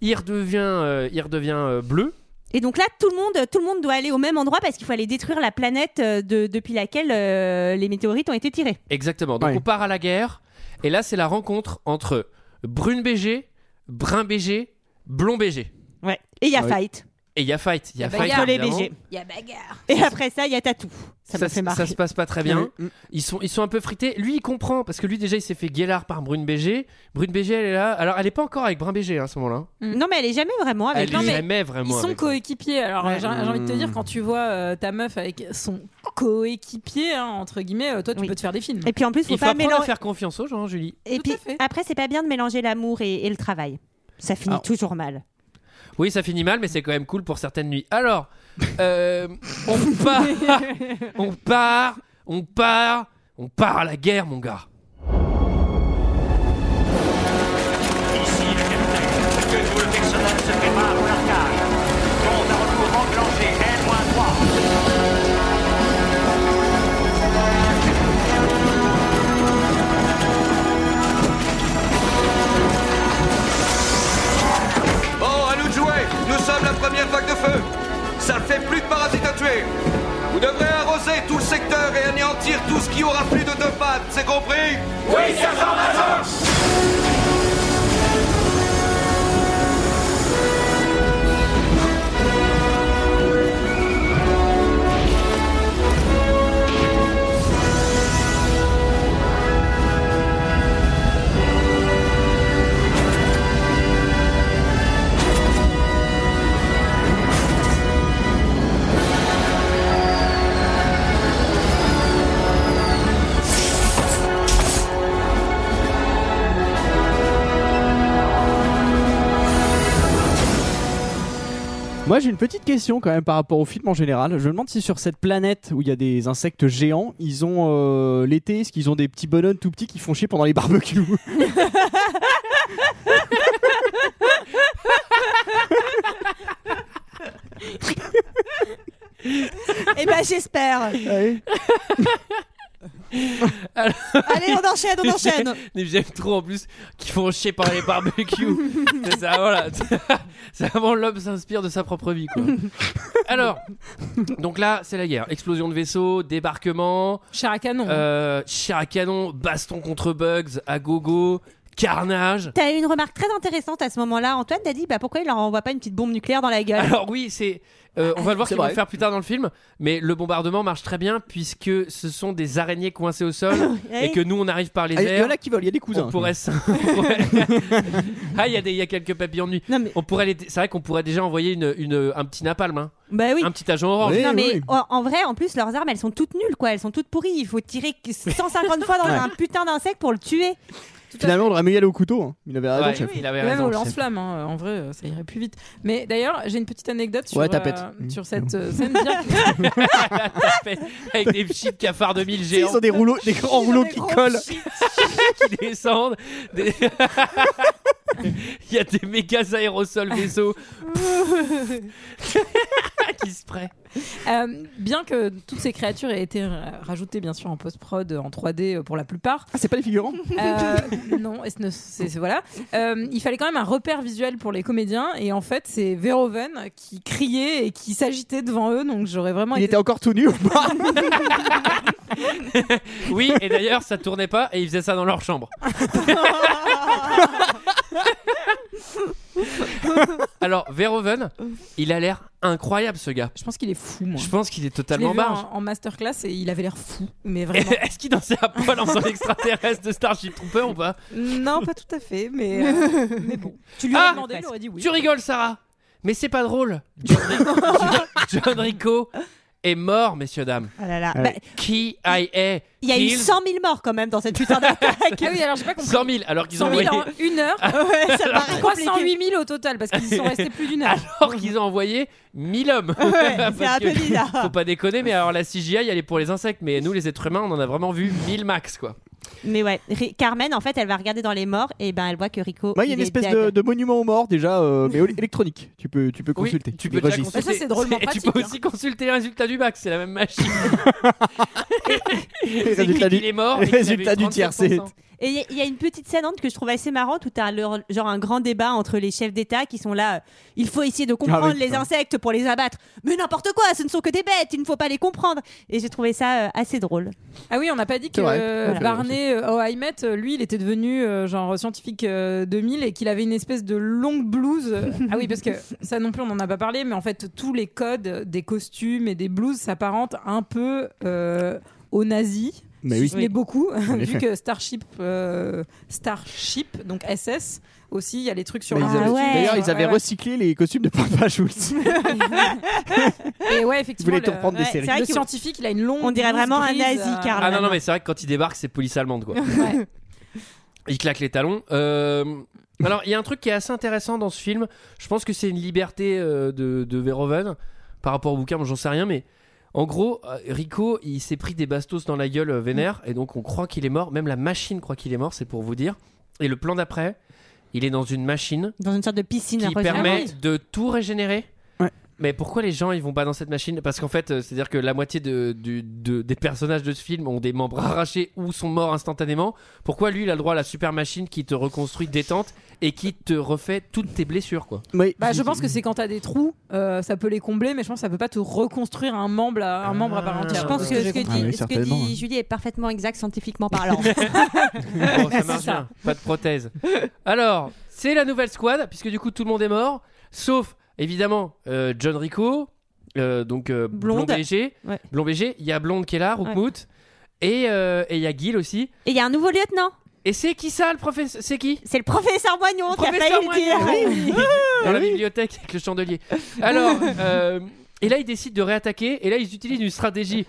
A: il redevient, euh, il redevient euh, bleu.
I: Et donc là, tout le monde, tout le monde doit aller au même endroit parce qu'il faut aller détruire la planète euh, de- depuis laquelle euh, les météorites ont été tirées.
A: Exactement. Donc
G: Ouais.
A: on part à la guerre. Et là, c'est la rencontre entre Brune BG, Brun BG, Blond BG.
I: Ouais. Et il y a
G: Ouais.
I: fight.
A: Et il y a fight. Il y a
H: La
A: fight.
H: bagarre.
I: Entre les
A: évidemment.
I: BG.
H: Il y a bagarre.
I: Et après ça, il y a Tatou. Ça, m'a fait marrer.
A: se passe pas très
G: Mm,
A: bien. Ils sont, ils sont un peu frités. Lui, il comprend parce que lui, déjà, il s'est fait guélard par Brune BG. Brune BG, elle est là. Alors, elle est pas encore avec Brun BG hein, à ce moment-là.
I: Non, mais elle est jamais vraiment avec
A: Elle
H: non,
A: est
H: Ah, mais
A: jamais vraiment.
H: Ils sont
A: avec lui.
H: coéquipiers. Alors
I: Ouais.
H: j'ai j'ai envie de te dire, quand tu vois euh, ta meuf avec son coéquipier, hein, entre guillemets, euh, toi tu
I: Oui.
H: peux te faire des films.
I: Et puis en plus, faut
A: Il faut
I: pas
A: apprendre à
I: mélanger.
A: faire confiance aux gens, Julie.
I: Et
H: Tout
I: puis
H: à fait.
I: après, c'est pas bien de mélanger l'amour et, et le travail. Ça finit
G: Ah.
I: toujours mal.
A: Oui, ça finit mal, mais c'est quand même cool pour certaines nuits. Alors, euh, on part, on part, on part, on part à la guerre, mon gars.
K: que tout le personnel se prépare au largage. Compte à rebours enclenché, N-3.
L: Bon, à nous de jouer Nous sommes la première vague de feu Ça fait plus de parasites à tuer Vous devrez arroser tout le secteur et anéantir tout ce qui aura plus de deux pattes, c'est compris
K: Oui, sergent-major
G: Moi, j'ai une petite question quand même par rapport au film en général. Je me demande si sur cette planète où il y a des insectes géants, ils ont euh, l'été, est-ce qu'ils ont des petits bonhommes tout petits qui font chier pendant les barbecues
I: Eh ben, j'espère. Allez. on enchaîne, on enchaîne.
A: Mais J'aime trop en plus qui font chier par les barbecues. C'est ça, voilà. C'est vraiment l'homme s'inspire de sa propre vie, quoi. Alors, donc là, c'est la guerre. Explosion de vaisseau, débarquement.
H: Chair à canon. hein.
A: Euh, chair à canon, baston contre Bugs, à gogo, carnage.
I: T'as eu une remarque très intéressante à ce moment-là. Antoine t'a dit bah, pourquoi il leur envoie pas une petite bombe nucléaire dans la gueule
A: Alors oui, c'est. euh, on va le voir
I: C'est
A: qu'ils vont
I: vrai.
A: le faire plus tard dans le film, mais le bombardement marche très bien puisque ce sont des araignées coincées au sol
I: Eh
A: et que nous on arrive par les
G: Ah, il y en a
A: airs.
G: qui veulent, il y a des cousins.
A: On pourrait, s- on pourrait- ah, il y a des, il y a quelques papillons de nuit. On pourrait, les- c'est vrai qu'on pourrait déjà envoyer une, une- un petit napalm, hein.
I: Bah oui.
A: un petit agent orange.
I: non mais en, en vrai, en plus leurs armes, elles sont toutes nulles quoi, elles sont toutes pourries. Il faut tirer 150 fois dans
G: Ouais.
I: un putain d'insecte pour le tuer.
G: Finalement, on aurait mieux y aller au couteau. hein. Il avait raison,
A: Ouais,
G: chef.
A: il avait
H: Même au lance-flamme, hein, en vrai, euh, ça irait plus vite. Mais d'ailleurs, j'ai une petite anecdote sur,
G: Ouais, tapette.
H: euh, sur cette euh, scène. bien-
A: avec des petits cafards de mille géants.
G: Ils ont des rouleaux, des grands rouleaux qui collent.
A: qui descendent. des- Il y a des méga aérosols vaisseaux. qui se prêt.
H: Euh, bien que toutes ces créatures aient été ra- rajoutées, bien sûr, en post-prod, euh, en 3D euh, pour la plupart. euh,
G: Ah, c'est pas les figurants
H: Non, et ce ne- c'est- c'est- voilà. Euh, il fallait quand même un repère visuel pour les comédiens. Et en fait, c'est Verhoeven qui criait et qui s'agitait devant eux. Donc j'aurais vraiment
G: Il
H: été-
G: était encore tout nu ou pas
A: Oui, et d'ailleurs, ça tournait pas et ils faisaient ça dans leur chambre. Alors, Verhoeven, il a l'air incroyable ce gars.
H: Je pense qu'il est fou, moi.
A: Je pense qu'il est
H: Je l'ai
A: totalement
H: vu
A: barge.
H: en, en masterclass et il avait l'air fou, mais vraiment.
A: Est-ce qu'il dansait à poil en son extraterrestre de Starship Trooper ou pas
H: non, pas tout à fait, mais, euh, mais bon. Tu lui as
A: Ah
H: demandé, il aurait dit oui.
A: Tu rigoles, Sarah Mais c'est pas drôle. John, John Rico est mort, messieurs, dames.
I: Ah là là.
A: Ouais.
I: Bah,
A: Qui aille
I: il y a eu 100 000 morts quand même dans cette putain d'attaque.
H: ah oui, alors j'ai pas compris.
A: 100 000, alors qu'ils ont
H: 100 000
A: envoyé.
H: en une heure.
I: Ah Ouais, ça paraît Ah. compliqué.
H: 308 000 au total parce qu'ils y sont restés plus d'une heure.
A: Alors qu'ils ont envoyé 1000 hommes.
I: Ouais,
A: Parce
I: c'est un peu
A: que-
I: bizarre.
A: Faut pas déconner, mais alors la CGI, elle est pour les insectes, mais nous, les êtres humains, on en a vraiment vu 1000 max, quoi.
I: Mais ouais, Ri- Carmen en fait, elle va regarder dans les morts et ben elle voit que Rico.
G: Ouais, il y a une
I: est
G: espèce
I: dead.
G: de, de monument aux morts déjà, euh, mais électronique. Tu peux, tu peux
A: Oui,
G: consulter.
A: tu
G: les
A: peux déjà
G: registres.
A: consulter.
H: Ça, c'est drôlement
A: Et Tu peux
H: pratique,
A: aussi
I: hein.
A: consulter les résultats du bac, c'est la même machine.
G: Les résultats du-
A: il est mort.
G: les
A: et qu'il avait
G: résultats du
A: 35%.
G: tiercé.
I: Et il y a- il y, a une petite scène Ante, que je trouve assez marrante où t'as le- genre un grand débat entre les chefs d'État qui sont là. euh, il faut essayer de comprendre
G: Ah oui,
I: les
G: putain.
I: insectes pour les abattre. Mais n'importe quoi, ce ne sont que des bêtes, il ne faut pas les comprendre. Et j'ai trouvé ça euh, assez drôle.
H: Ah oui, on n'a pas dit que
I: C'est vrai.
H: euh,
I: Voilà.
H: Barney euh, oh, I Met, euh, lui, il était devenu euh, genre scientifique euh, 2000 et qu'il avait une espèce de longue blouse. euh, ah oui, parce que ça non plus, on n'en a pas parlé, mais en fait, tous les codes des costumes et des blouses s'apparentent un peu euh, aux nazis.
G: Mais oui.
H: si ce n'est
G: Oui.
H: beaucoup,
G: En
H: vu
G: effet.
H: que Starship, euh, Starship, donc SS, aussi, il y a les trucs sur
G: Mais
H: les
G: ils avaient-
H: costumes.
G: D'ailleurs, ils avaient
H: Ouais, ouais.
G: recyclé les costumes de Papa Schultz.
H: Et ouais, effectivement,
G: voulaient tout
H: le-
G: reprendre des
H: ouais,
G: séries.
H: c'est vrai
G: Le
H: que- scientifique, il a une longue.
I: On dirait
H: blouse
I: vraiment un
H: grise,
I: nazi,
H: euh,
I: Carl.
A: Ah non, non, mais c'est vrai que quand il débarque, c'est police allemande, quoi. Il claque les talons. Euh, Alors, il y a un truc qui est assez intéressant dans ce film. Je pense que c'est une liberté euh, de, de Verhoeven par rapport au bouquin. Moi, j'en sais rien, mais en gros, euh, Rico, il s'est pris des bastos dans la gueule euh, vénère, et donc on croit qu'il est mort. Même la machine croit qu'il est mort, c'est pour vous dire. Et le plan d'après, Il est dans une machine
I: Dans une sorte de piscine
A: qui
I: à rejeter.
A: permet
I: Ah oui.
A: de tout régénérer. Mais pourquoi les gens ils vont pas dans cette machine Parce qu'en fait, euh, c'est-à-dire que la moitié de, du- de- des personnages de ce film ont des membres arrachés ou sont morts instantanément. Pourquoi lui il a le droit à la super machine qui te reconstruit détente et qui te refait toutes tes blessures quoi
H: Bah, je pense que c'est quand t'as des trous, euh, ça peut les combler, mais je pense que ça peut pas te reconstruire un membre à, un membre à part entière.
I: Je pense que ce que dit,
A: compris. Ah oui,
I: ce que
A: certainement,
I: dit
A: hein.
I: Julie est parfaitement exact scientifiquement parlant.
A: Bon, ça marche bien, pas de prothèse. Alors, c'est la nouvelle squad, puisque du coup tout le monde est mort, sauf évidemment euh, John Rico, euh, donc euh, Blond
I: Blonde.
A: BG.
I: Ouais.
A: Blond BG, il y a Blonde qui est là, Roukmout, et euh, et il y a Gil aussi.
I: Et il y a un nouveau lieutenant.
A: Et c'est qui ça le professeur C'est qui
I: C'est le professeur Moignon qui a failli
A: Professeur
I: le dire.
A: Moignon. Dans la bibliothèque avec le chandelier. Alors, euh, et là ils décident de réattaquer, et là ils utilisent une stratégie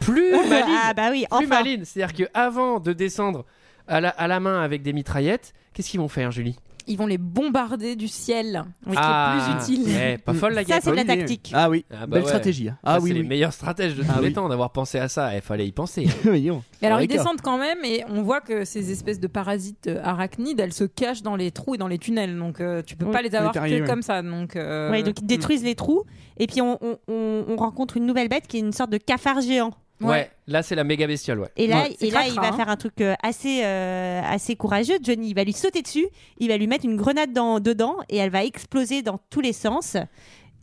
A: plus maligne.
I: Ah bah oui,
A: Plus maligne, c'est-à-dire qu'avant de descendre à la, à la main avec des mitraillettes, qu'est-ce qu'ils vont faire, Julie
H: Ils vont les bombarder du ciel, ce qui
A: Ah,
H: est plus utile.
A: ouais, pas folle la guerre.
G: Bonne idée. Ah oui, belle stratégie. hein. Ah
A: Ça,
G: oui,
A: c'est
G: oui.
A: les meilleurs stratèges de tous
G: Ah
A: les
G: oui.
A: temps d'avoir pensé à ça. Il fallait y penser.
G: Voyons.
H: Et alors ils
A: Eureka.
H: descendent quand même et on voit que ces espèces de parasites euh, arachnides, elles se cachent dans les trous et dans les tunnels, donc euh, tu peux
I: Oui,
H: pas les avoir
I: l'intérieur,
H: que
I: ouais.
H: comme ça. Donc, euh,
I: Ouais, donc ils
A: hmm.
I: détruisent les trous et puis on, on- on- on rencontre une nouvelle bête qui est une sorte de cafard géant.
A: Ouais. là c'est la méga bestiole, ouais.
I: Et là,
H: c'est
I: et là
H: cracra,
I: il va
H: hein.
I: faire un truc euh, assez, euh, assez courageux. Johnny, il va lui sauter dessus, il va lui mettre une grenade dans- dedans et elle va exploser dans tous les sens.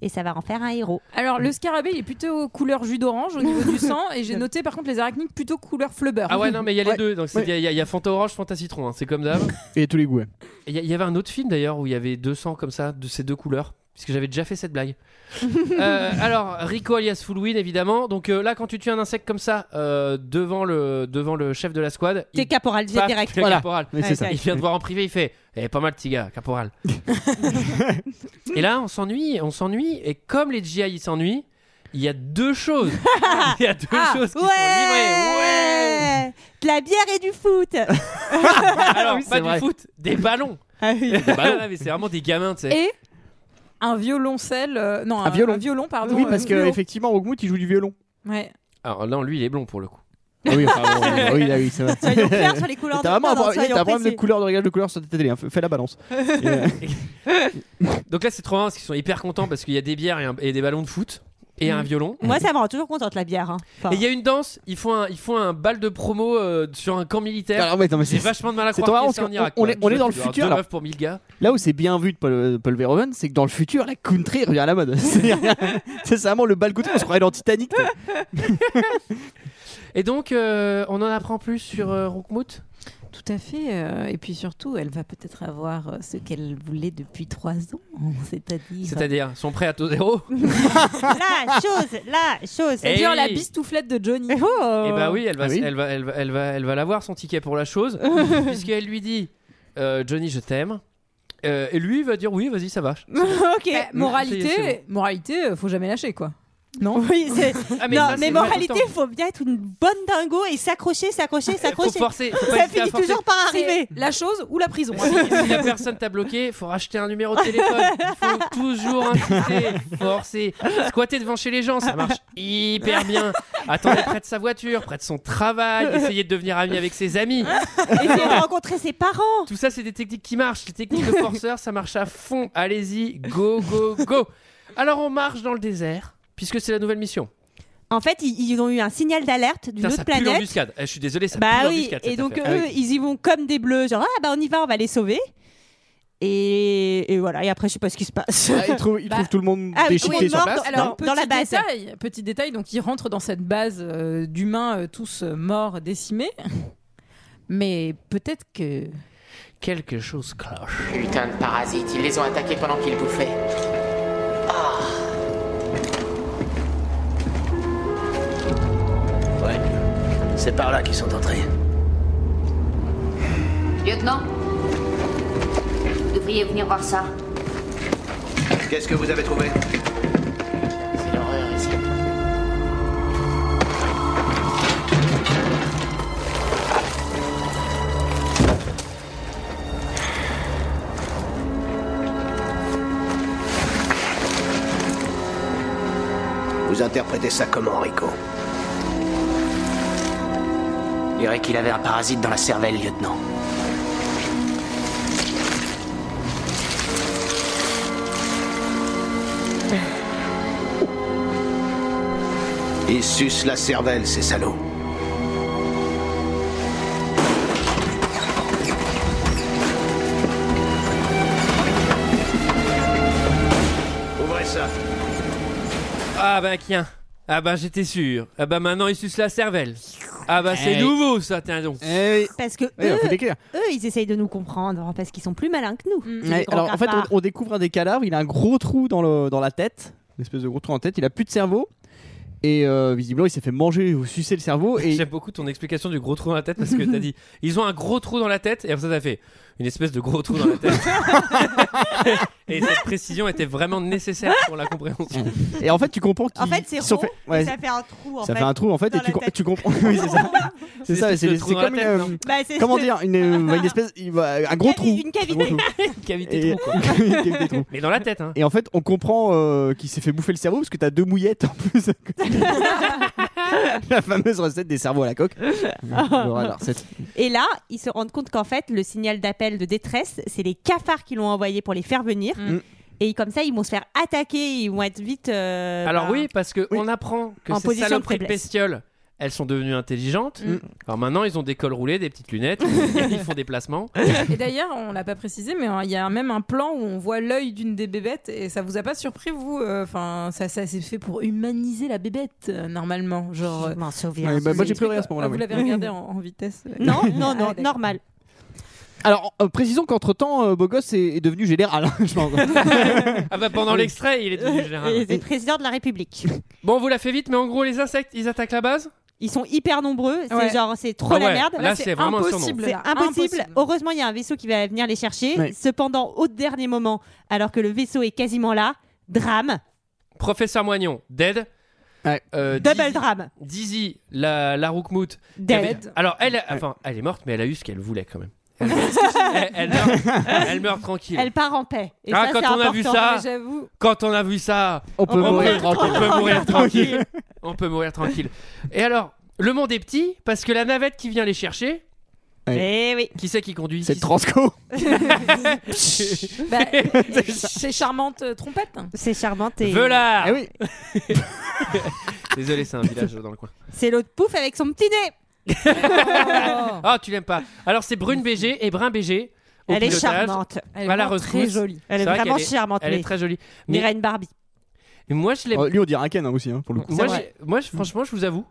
I: Et ça va en faire un héros.
H: Alors le scarabée il est plutôt couleur jus d'orange au niveau du sang et j'ai noté par contre les arachnides plutôt couleur flubber.
A: Ah ouais, non, mais il y a les deux. Donc c'est- il y a- il y, a- il y a Fanta Orange, Fanta Citron. hein, c'est comme d'hab.
G: Et tous les goûts. ouais.
A: Et Il y, a- il y avait un autre film d'ailleurs où il y avait 200 comme ça, de ces deux couleurs. Puisque j'avais déjà fait cette blague. Euh, alors, Rico alias Fullwin, évidemment. Donc euh, là, quand tu tues un insecte comme ça, euh, devant, le, devant le chef de la squad.
I: T'es
A: il
I: caporal, c'est
A: paf,
I: direct.
A: le
I: Voilà.
A: caporal.
I: Oui, c'est Ouais, ça.
A: Il vient de voir en privé, il fait Eh, pas mal, petit gars, caporal. et là, on s'ennuie, on s'ennuie. Et comme les GI ils s'ennuient, il y a deux choses. Il y a deux
I: Ah,
A: choses qui sont livrées. Ouais
I: ouais De la bière et du foot Ah
A: Alors, pas
H: c'est
A: du
H: vrai.
A: foot, des ballons.
I: Des
A: ballons. mais c'est vraiment des gamins, tu sais.
H: Et un violoncelle, euh, non un, un violon pardon.
G: Oui,
H: euh,
G: parce que
H: violon.
G: effectivement, Ogmout il joue du violon.
H: Ouais.
A: Alors non, lui, il est blond pour le coup.
G: Ah oui, enfin, bon, oui, oui, là, oui, ça va.
A: Soyons clairs sur les couleurs
G: T'as
A: de-
G: vraiment
A: non,
G: un
A: non,
G: problème-
A: soyons
G: t'as un problème de
A: précis.
G: couleur, de réglage de couleur sur ta télé. hein. Fais la balance. Et, euh,
A: Donc là, c'est trop marrant parce qu'ils sont hyper contents parce qu'il y a des bières et, un- et des ballons de foot et
G: Mm.
A: un violon.
I: Moi, ça me rend toujours contente la bière. hein. Enfin,
G: Ah.
A: Et il y a une danse, ils font un, ils font un bal de promo euh, sur un camp militaire.
G: Ah ouais, non, mais
A: J'ai
G: c'est-
A: vachement de mal à
G: c'est
A: croire
G: trop
A: que c'est
G: marrant
A: en Irak.
G: parce qu'on- on
A: quoi.
G: est- on est dans le
A: Tu dois avoir
G: futur,
A: deux
G: là.
A: meufs pour 1000 gars.
G: Là où c'est bien vu de Paul, Paul Verhoeven, c'est que dans le futur, la country revient à la mode. C'est-à-dire, c'est vraiment le bal country, on se croirait dans Titanic. t'as-
A: Et donc, euh, on en apprend plus sur euh, Roukmout
F: Tout à fait. euh, et puis surtout, elle va peut-être avoir euh, ce qu'elle voulait depuis trois ans, c'est-à-dire.
A: C'est-à-dire, son prêt à taux zéro
I: La chose, la chose. Oh,
A: Eh
H: C'est-à-dire
A: oui.
H: la bistouflette de
G: Eh
H: Johnny.
G: Oh.
A: Et bah oui,
G: Ah
A: elle va, elle va, elle va, elle va, elle va l'avoir son ticket pour la chose, puisqu'elle lui dit euh, Johnny, je t'aime. Euh, et lui, il va dire oui, vas-y, ça va.
I: ok.
H: Bah,
A: Ça y est,
H: moralité,
A: c'est
H: moralité, euh, faut jamais lâcher quoi. Non.
I: Oui, c'est-
A: Ah,
I: non,
A: ça, c'est
I: mais
A: vrai
I: moralité,
A: tout le
I: il faut bien être une bonne dingo et s'accrocher, s'accrocher, s'accrocher.
A: forcer, faut pas
I: ça
A: hésiter à
I: finit
A: forcer.
I: toujours par
H: C'est
I: arriver.
H: La chose ou la prison. hein.
A: temps. Si la personne t'a bloqué, faut racheter un numéro de téléphone. Faut toujours insister, forcer, squatter devant chez les gens, ça marche hyper bien. Attendez près de sa voiture, près de son travail, essayer de devenir ami avec ses amis.
I: Essayer de rencontrer ses parents.
A: Tout ça, c'est des techniques qui marchent. Les techniques de forceur, ça marche à fond. Allez-y, go, go, go. Alors, on marche dans le désert, puisque c'est la nouvelle mission.
I: En fait, ils, ils ont eu un signal d'alerte d'une
A: Putain, ça
I: autre
A: pue
I: planète.
A: l'embuscade. Eh, je suis désolé, ça pue
I: Bah oui,
A: l'embuscade.
I: et
A: cette
I: donc
A: affaire.
G: Ah
I: eux, ils y vont comme des bleus, genre ah bah on y va, on va les sauver. Et, et voilà, et après je sais pas ce qui se passe.
G: Ah, il trouve, il trouve tout le monde
I: Ah,
G: déchiqueté
I: tout le
G: sur
I: monde
G: place.
I: mort,
G: Non.
I: alors- dans la base.
H: Détail, petit détail, donc ils rentrent dans cette base euh, d'humains euh, tous euh, morts, décimés. Mais peut-être que.
I: euh,
A: Quelque chose cloche.
C: Putain de parasites, ils les ont attaqués pendant qu'ils bouffaient.
D: Ah. Ouais. C'est par là qu'ils sont entrés.
J: Lieutenant Vous devriez venir voir ça.
D: Qu'est-ce que vous avez trouvé
C: C'est l'horreur ici.
D: Vous interprétez ça comment, Rico
C: Il dirait qu'il avait un parasite dans la cervelle, lieutenant.
D: Ils sucent la cervelle, ces salauds. Ouvrez ça.
A: Ah bah tiens. Ah bah j'étais sûr. Ah bah maintenant il suce la cervelle. Ah bah c'est
G: Hey.
A: nouveau ça, tiens donc.
G: Eh
I: Parce que
G: Ouais,
I: eux,
G: faut décrire.
I: eux, ils essayent de nous comprendre hein, parce qu'ils sont plus malins que nous. les
G: Ouais,
I: grands
G: alors en fait,
I: cafards.
G: on, on découvre un des cadavres. Il a un gros trou dans, le- dans la tête, une espèce de gros trou en tête. Il a plus de cerveau. Et euh, visiblement, il s'est fait manger ou sucer le cerveau. Et
A: J'aime beaucoup ton explication du gros trou dans la tête parce que t'as dit ils ont un gros trou dans la tête et après ça t'as fait une espèce de gros trou dans la tête. et cette précision était vraiment nécessaire pour la compréhension.
G: Et en fait, tu comprends qu'ils
I: En fait, c'est
G: ils sont
I: rond,
G: fait-
I: et
G: ouais.
I: ça fait un trou. En
G: ça
I: fait,
G: fait un trou en fait,
I: dans
G: et tu,
I: la
G: com-
I: tête.
G: tu comprends. oui, c'est ça. C'est ça,
A: espèce de
G: c'est
A: trou
G: c'est
A: dans la
G: comme une,
A: tête,
G: euh,
A: non
I: Bah, c'est-
G: comment dire, une, euh, une espèce, il va- un gros trou.
I: Une
G: Un gros
I: cavité.
G: trou.
A: Cavité
G: Et-
A: trou quoi.
G: une cavité trou.
A: Mais dans la tête hein.
G: Et en fait, on comprend euh, qu'il s'est fait bouffer le cerveau parce que t'as deux mouillettes en plus. à côté. la fameuse recette des cerveaux à la coque. Voilà, la recette.
I: Et là, ils se rendent compte qu'en fait, le signal d'appel de détresse, c'est les cafards qui l'ont envoyé pour les faire venir.
G: Mm.
I: Et comme ça, ils vont se faire attaquer, ils vont être vite. euh,
A: Alors
I: bah,
A: oui, parce qu'on apprend que
I: En
A: ces
I: position de
A: saloperies de
I: faiblesse.
A: bestioles, elles sont devenues intelligentes.
I: Mm.
A: Alors maintenant, ils ont des cols roulés, des petites lunettes, ils font des placements.
H: Et d'ailleurs, on l'a pas précisé, mais hein, il y a même un plan où on voit l'œil d'une des bébêtes et ça vous a pas surpris vous euh, Enfin, ça, ça s'est fait pour humaniser la bébête euh, normalement, genre.
I: Je m'en souviens.
G: Ouais, bah, moi, j'ai
H: plus
G: pleuré à ce moment-là,
H: Vous
G: oui.
H: l'avez regardé en, en vitesse euh,
I: Non, non, non,
H: Ah, d'accord.
I: normal.
G: Alors, euh, précisons qu'entre temps, Beau Gosse est, est devenu général. hein, je pense.
A: Ah bah pendant l'extrait, il est devenu général.
I: Et C'est le président de la République.
A: Bon, on vous la fait vite, mais en gros, les insectes, ils attaquent la base
I: Ils sont hyper nombreux. C'est
H: Ouais.
I: genre, c'est trop
A: Ah
I: la
A: ouais,
I: merde.
A: Là, c'est vraiment un surnom.
H: impossible. Oh,
I: C'est
H: là,
I: impossible. Heureusement, il y a un vaisseau qui va venir les chercher.
G: Ouais.
I: Cependant, au dernier moment, alors que le vaisseau est quasiment là, drame,
A: Professeur Moignon, dead.
G: Ouais.
A: Euh,
I: double
A: Dizzy-
I: drame,
A: Dizzy, la, la roukmout.
I: dead.
A: Alors, elle, enfin, elle est morte, mais elle a eu ce qu'elle voulait quand même. Elle, elle- elle meurt, elle meurt tranquille.
I: Elle part en paix. Et
A: Ah,
I: ça,
A: quand
I: c'est
A: on a vu
I: important.
A: ça,
H: Mais J'avoue.
A: quand on a vu ça,
G: On peut
A: on
G: mourir
A: peut,
G: tranquille.
A: on peut mourir tranquille. On peut mourir tranquille. Et alors, le monde est petit parce que la navette qui vient les chercher,
I: Eh oui.
A: qui c'est qui conduit
G: C'est
A: Qui-
G: Transco.
H: Bah, c'est charmante euh, trompette. hein.
I: C'est charmante et
A: Velard
G: Ah oui.
A: Désolé, c'est un village dans le coin.
I: c'est l'autre pouf avec son petit nez.
A: Ah, tu l'aimes pas. Alors, c'est Brune BG et Brun BG. au
I: Elle est
A: pilotage.
I: charmante.
H: Elle
A: À la
H: vraiment très
A: rescousse.
H: jolie.
I: Elle est,
A: C'est vrai
I: vraiment
A: qu'elle est-
I: charmante.
A: Elle
I: mais
A: est très jolie. Mais
I: Mireille Barbie.
A: moi, je l'aime. Mm.
G: Euh, lui, on dirait un Ken hein, aussi, hein, pour le coup.
A: moi,
H: c'est vrai.
A: j'ai- moi, je- franchement, je vous avoue,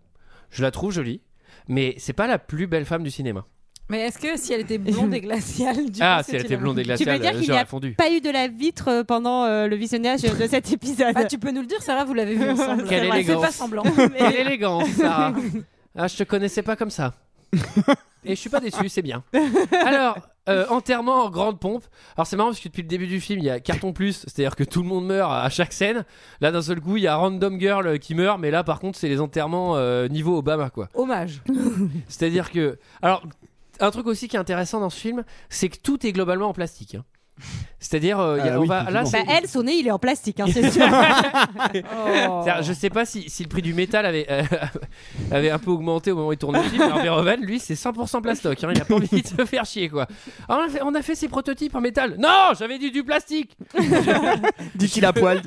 A: je la trouve jolie. Mais c'est pas la plus belle femme du cinéma.
H: Mais est-ce que si elle était blonde et glaciale, du
A: ah,
H: coup,
A: si
H: c'est
A: elle
H: une
A: était
H: amie
A: blonde euh, et
I: veux
A: glaciale,
I: dire qu'il y
A: j'aurais
I: a-
A: fondu.
I: Pas eu de la vitre euh, pendant euh, le visionnage de cet épisode.
H: Bah, tu peux nous le dire, Sarah, vous l'avez vu ensemble.
A: Quelle
H: Elle fait
A: élégance.
H: pas semblant.
A: Quelle élégance, Sarah. Ah, je te connaissais pas comme ça. Et je suis pas déçu, c'est bien. Alors, euh, enterrement en grande pompe. Alors, c'est marrant parce que depuis le début du film, il y a carton plus, c'est-à-dire que tout le monde meurt à chaque scène. Là, d'un seul coup, il y a Random Girl qui meurt, mais là, par contre, c'est les enterrements euh, niveau Obama, quoi.
H: Hommage.
A: C'est-à-dire que. Alors, un truc aussi qui est intéressant dans ce film, c'est que tout est globalement en plastique. hein. C'est-à-dire, euh, il y a-
G: Ah
A: on
G: oui,
A: va, là,
G: effectivement.
I: Bah,
A: c'est-
I: elle, son nez, il est en plastique, hein, c'est sûr.
A: c'est-à-dire, je sais pas si, si le prix du métal avait, euh, avait un peu augmenté au moment où il tournait le film. Alors, Verhoeven, lui, c'est 100% plastoc. hein. il a pas envie de se faire chier, quoi. Ah, on a fait- on a fait ses prototypes en métal. Non, j'avais dit du plastique.
G: Dit-il à poil.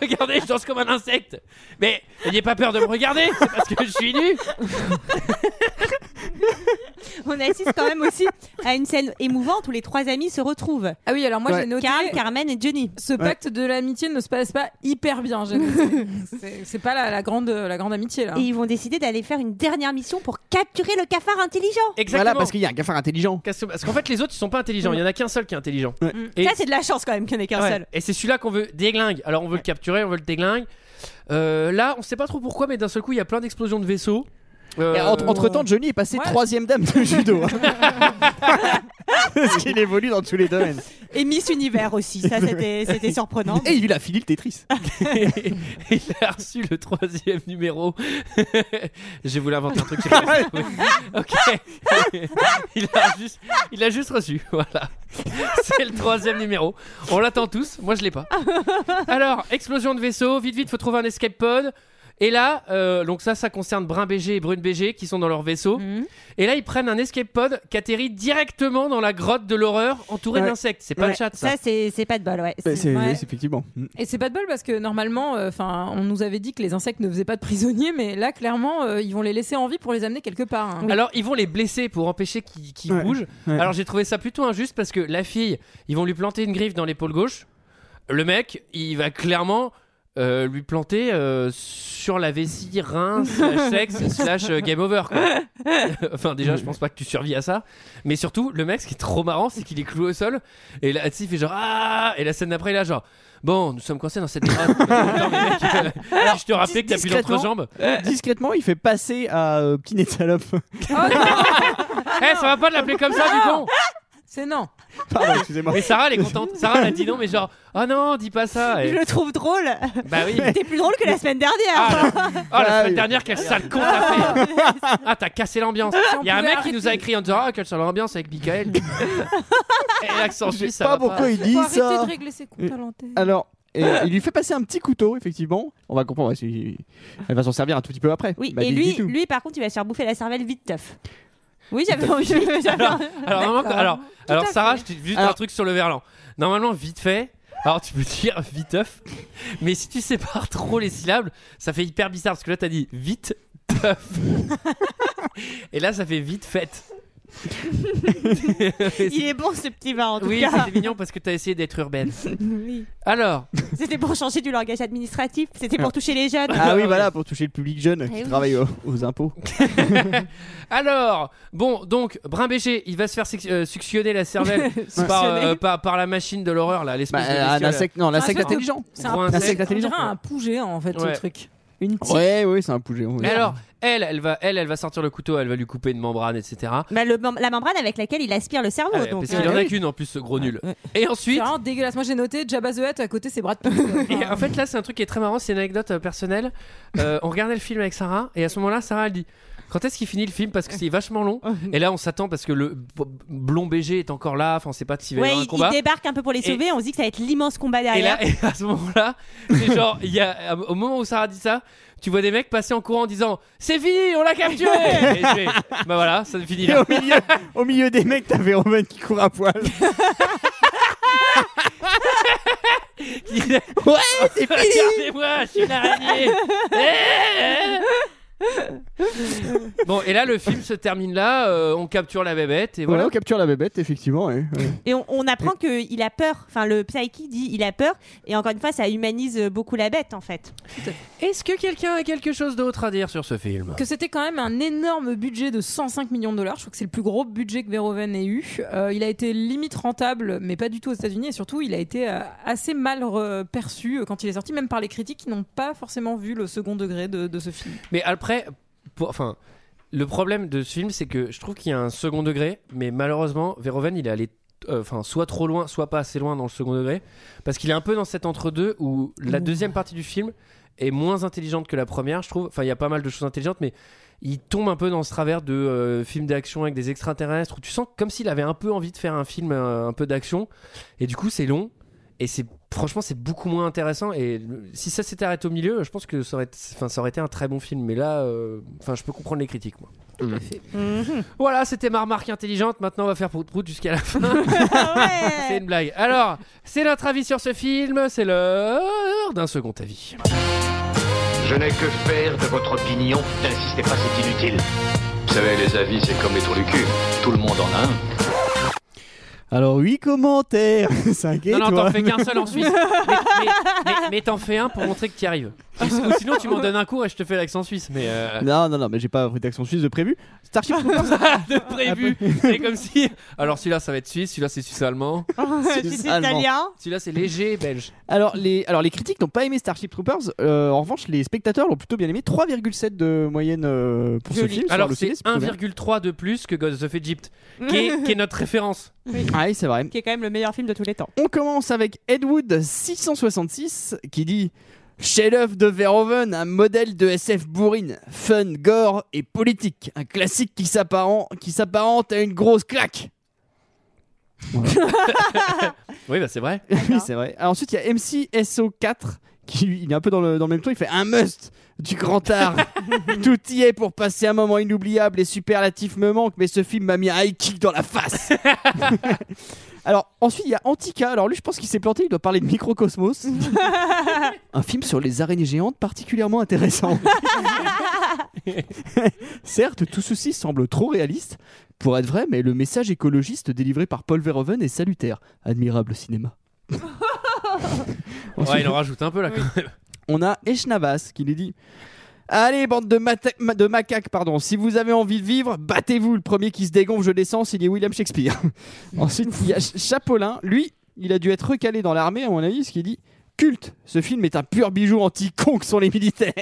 A: Regardez, je danse comme un insecte. Mais n'ayez pas peur de me regarder, c'est parce que je suis nu.
I: On assiste quand même aussi à une scène émouvante où les trois amis se retrouvent.
H: Ah oui, alors moi
G: Ouais.
H: j'ai noté.
I: Carl, Carmen et Johnny.
H: ce pacte de l'amitié ne se passe pas hyper bien. j'ai noté. C'est- C'est pas la, la grande, la grande amitié là.
I: Et ils vont décider d'aller faire une dernière mission pour capturer le cafard intelligent.
A: Exactement.
G: Voilà, parce qu'il y a un cafard intelligent.
A: Parce que- parce qu'en fait, les autres, ils sont pas intelligents. Il y en a qu'un seul qui est intelligent. Et-
I: Ça, c'est de la chance quand même qu'il n'y en ait qu'un
A: Ouais.
I: seul.
A: Et c'est celui-là qu'on veut déglingue. Alors on veut le capturer, on veut le déglingue. Euh, là, on sait pas trop pourquoi, mais d'un seul coup, il y a plein d'explosions de vaisseaux. Euh,
G: Et entre, temps, Johnny est passé
H: Ouais.
G: troisième dame de judo. hein. parce qu'il évolue dans tous les domaines.
I: Et Miss Univers aussi, ça c'était c'était surprenant.
G: Et il a fini le Tetris.
A: il a reçu le troisième numéro. J'ai voulu inventer un truc. j'ai pas trouvé. ok. il, a juste, il a juste reçu. Voilà. C'est le troisième numéro. On l'attend tous. Moi, je l'ai pas. Alors, explosion de vaisseau. Vite, vite, faut trouver un escape pod. Et là, euh, donc ça, ça concerne Brun BG et Brune BG qui sont dans leur vaisseau.
H: Mmh.
A: Et là, ils prennent un escape pod qui atterrit directement dans la grotte de l'horreur entourée
H: Ouais.
A: d'insectes. C'est pas
H: Ouais.
A: le chat, ça.
I: Ça, c'est c'est pas de bol, ouais.
G: C'est
H: ouais.
G: c'est effectivement. Mm.
H: Et c'est pas de bol parce que normalement, euh, enfin, on nous avait dit que les insectes ne faisaient pas de prisonniers, mais là, clairement, euh, ils vont les laisser en vie pour les amener quelque part. hein.
A: Alors, ils vont les blesser pour empêcher qu'ils qu'ils
H: Ouais,
A: bougent.
H: ouais.
A: Alors, j'ai trouvé ça plutôt injuste parce que la fille, ils vont lui planter une griffe dans l'épaule gauche. Le mec, il va clairement euh, lui planter euh, sur la vessie, rein, slash sexe, slash euh, game over. quoi. enfin, déjà, je pense pas que tu survis à ça. Mais surtout, le mec, ce qui est trop marrant, c'est qu'il est cloué au sol. Et là, tu sais, il fait genre Ah Et la scène d'après, il est là, genre. Bon, nous sommes coincés dans cette grotte. Attends, mais mec, euh, je te rappelais que t'as plus d'entrejambe.
G: discrètement, il fait passer à euh, Petit Nez de Salope.
A: Eh, ça va pas de l'appeler comme ça, du con
H: C'est non.
G: Pardon, excusez-moi.
A: Mais Sarah, elle est contente. Sarah, elle a dit non, mais genre, oh non, dis pas ça. Et-
I: Je le trouve drôle.
A: Bah oui.
I: T'es plus drôle que la semaine dernière.
A: Oh, la semaine dernière, quel sale con t'as fait. Ah, t'as cassé l'ambiance. Il y a un mec qui nous a écrit en disant, ah, quelle sale ambiance avec Michael. Et l'accent suisse, ça
G: pas
A: va
G: pourquoi il dit
H: Faut arrêter
G: ça. Euh,
H: de régler ses comptes à l'antenne.
G: Alors, et- il lui fait passer un petit couteau, effectivement. On va comprendre. ouais, c'est- Elle va s'en servir un tout petit peu après.
I: Oui,
G: Bah,
I: et
G: dis-
I: lui,
G: dis tout.
I: lui, par contre, il va se faire bouffer la cervelle vite teuf. Oui, j'avais envie. j'avais envie.
A: Alors, normalement,
I: D'accord.
A: alors,
I: Tout
A: alors
I: à
A: Sarah,
I: fait.
A: je te dis juste un truc sur le verlan. Normalement, vite fait. Alors, tu peux dire viteuf, mais si tu sépares trop les syllabes, ça fait hyper bizarre parce que là, t'as dit vite teuf. Et là, ça fait vite fête.
I: Il est bon ce petit vin en tout
A: Oui,
I: cas.
A: c'était mignon parce que t'as essayé d'être urbaine.
I: Oui.
A: Alors,
I: C'était pour changer du langage administratif, c'était pour toucher les jeunes.
G: Ah oui, voilà, pour toucher le public jeune
I: Eh
G: qui
I: oui.
G: travaille au- aux impôts.
A: alors, bon, donc, Brin Bécher, il va se faire sec- euh, suctionner la cervelle
G: Suctionner.
A: par, euh, par, par la machine de l'horreur, là, l'espèce
G: Bah,
A: de
G: un
A: bestiole.
G: insecte- non, l'insecte
A: Un gros-
G: intelligent.
H: Ah, C'est
A: gros
H: un,
A: insecte
H: insecte
A: intelligent.
H: un pou géant en fait,
A: Ouais.
H: ce truc. Une petite.
G: Ouais, oui, c'est un poulet.
A: Mais alors, elle, elle va, elle, elle va sortir le couteau, elle va lui couper une membrane, etc.
I: Bah, le mem- la membrane avec laquelle il aspire le cerveau.
A: Ah ouais,
I: donc,
A: parce qu'il
I: euh,
A: en a qu'une en plus, ce gros nul. Et ensuite.
H: C'est vraiment dégueulasse. Moi j'ai noté Jabba the Hutt à côté c'est Brad Pitt.
A: Et en fait, là, c'est un truc qui est très marrant, c'est une anecdote euh, personnelle. Euh, on regardait le film avec Sarah, et à ce moment-là, Sarah, elle dit Quand est-ce qu'il finit le film Parce que c'est vachement long. Et là, on s'attend parce que le b- blond BG est encore là, enfin, on sait pas s'il va y
I: ouais,
A: avoir
I: il,
A: un
I: il
A: combat.
I: débarque un peu pour les sauver, on se dit que ça va être l'immense combat
A: Et
I: derrière.
A: là, et à ce moment-là, c'est genre, il y a, au moment où Sarah dit ça, tu vois des mecs passer en courant en disant C'est fini, on l'a capturé Et je fais, Bah voilà, ça finit
G: Et
A: là.
G: au milieu, au milieu des mecs, t'avais Roman qui court à poil. ouais, c'est fini.
A: Regardez-moi, je suis une araignée Eh Bon, et là, le film se termine là, euh, on capture la bébête, et
G: Voilà,
A: voilà.
G: on capture la bébête, effectivement. ouais, ouais.
I: Et on, on apprend qu'il a peur. Enfin, le Psyche dit il a peur. Et encore une fois, ça humanise beaucoup la bête en fait.
A: Est-ce que quelqu'un a quelque chose d'autre à dire sur ce film
H: que c'était quand même un énorme budget de 105 millions de dollars. Je crois que c'est le plus gros budget que Verhoeven ait eu. Euh, il a été limite rentable, mais pas du tout aux États-Unis. Et surtout, il a été euh, assez mal euh, perçu euh, quand il est sorti, même par les critiques qui n'ont pas forcément vu le second degré de, de ce film.
A: Mais après, pour- enfin, le problème de ce film, c'est que je trouve qu'il y a un second degré, mais malheureusement, Verhoeven, il est allé euh, enfin soit trop loin, soit pas assez loin dans le second degré, parce qu'il est un peu dans cet entre-deux où la
G: Ouh.
A: deuxième partie du film est moins intelligente que la première, je trouve. Enfin, il y a pas mal de choses intelligentes, mais il tombe un peu dans ce travers de euh, films d'action avec des extraterrestres, où tu sens comme s'il avait un peu envie de faire un film euh, un peu d'action, et du coup, c'est long. Et c'est franchement c'est beaucoup moins intéressant et le- si ça s'était arrêté au milieu, je pense que ça aurait, été- enfin, ça aurait été un très bon film. Mais là, euh, enfin je peux comprendre les critiques moi. Voilà, c'était ma remarque intelligente. Maintenant, on va faire prout prout jusqu'à la fin. c'est une blague. Alors, c'est notre avis sur ce film. C'est l'heure d'un second avis.
D: Je n'ai que faire de votre opinion. N'insistez pas, c'est inutile.
M: Vous savez, les avis, c'est comme les trous du cul. Tout le monde en a un.
G: Alors, 8 commentaires. 5
A: non, non, t'en fais qu'un seul en Suisse. Mais, mais- mais- mais t'en fais un pour montrer que t'y arrives. Ou ou sinon, tu m'en donnes un cours et je te fais l'accent suisse. Mais euh,
G: Non, non, non, mais j'ai pas pris d'action suisse de prévu. Starship Troopers.
A: de prévu, c'est comme si. Alors celui-là, ça va être suisse. Celui-là, c'est suisse-allemand.
G: Suisse allemand. italien.
A: Celui-là, c'est léger belge.
G: Alors les, alors les critiques n'ont pas aimé Starship Troopers. Euh, en revanche, les spectateurs l'ont plutôt bien aimé. 3,7 de moyenne euh, pour ce film. sur
A: Alors
G: le
A: c'est
G: ciné, plutôt bien.
A: 1,3 de plus que Ghost of Egypt, qui est, qui est notre référence.
G: Ah oui, c'est vrai.
I: Qui est quand même le meilleur film de tous les temps.
G: On commence avec Ed Wood 666 qui dit Chef-d'œuvre de Verhoeven, un modèle de SF bourrine, fun, gore et politique. Un classique qui s'apparent- qui s'apparente à une grosse claque.
A: Oui, bah c'est vrai.
G: Ah, oui, c'est vrai. Alors, ensuite, il y a MCSO4 qui lui, il est un peu dans le, dans le même ton. Il fait un must du grand art. Tout y est pour passer un moment inoubliable. Les superlatifs me manquent, mais ce film m'a mis un high kick dans la face. Alors ensuite il y a Antica. Alors lui je pense qu'il s'est planté. Il doit parler de microcosmos. un film sur les araignées géantes particulièrement intéressant. Certes, tout ceci semble trop réaliste pour être vrai, mais le message écologiste délivré par Paul Verhoeven est salutaire. Admirable cinéma.
A: Ouais, il en rajoute un peu là quand même.
G: On a Eschnavas qui nous dit Allez, bande de, mata- ma- de macaques, pardon. Si vous avez envie de vivre, battez-vous. Le premier qui se dégonfle, je descends, signé William Shakespeare. Ensuite, il y a Ch- Chapolin. Lui, il a dû être recalé dans l'armée, à mon avis, ce qu'il dit Culte, ce film est un pur bijou anti-con que sont les militaires.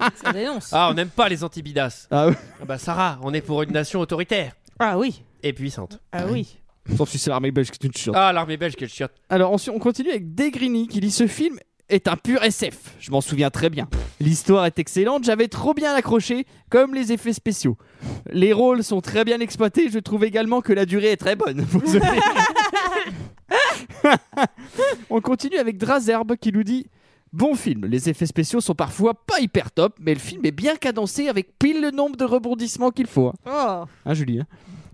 H: Ah, Ça dénonce.
A: Ah, on n'aime pas les antibidas.
G: Ah, oui.
A: Ah bah Sarah, on est pour une nation autoritaire.
I: Ah oui.
A: Et puissante.
I: Ah oui.
G: Sauf si c'est l'armée belge qui est une chiotte.
A: Ah, l'armée belge, quelle chiotte.
G: Alors ensuite, on continue avec Degrini qui dit ce film est un pur SF. Je m'en souviens très bien. L'histoire est excellente, j'avais trop bien accroché, comme les effets spéciaux. Les rôles sont très bien exploités, je trouve également que la durée est très bonne. pour ce film. on continue avec Drazerbe qui nous dit Bon film, les effets spéciaux sont parfois pas hyper top, mais le film est bien cadencé avec pile le nombre de rebondissements qu'il faut. hein.
H: Oh.
G: Hein, Julie hein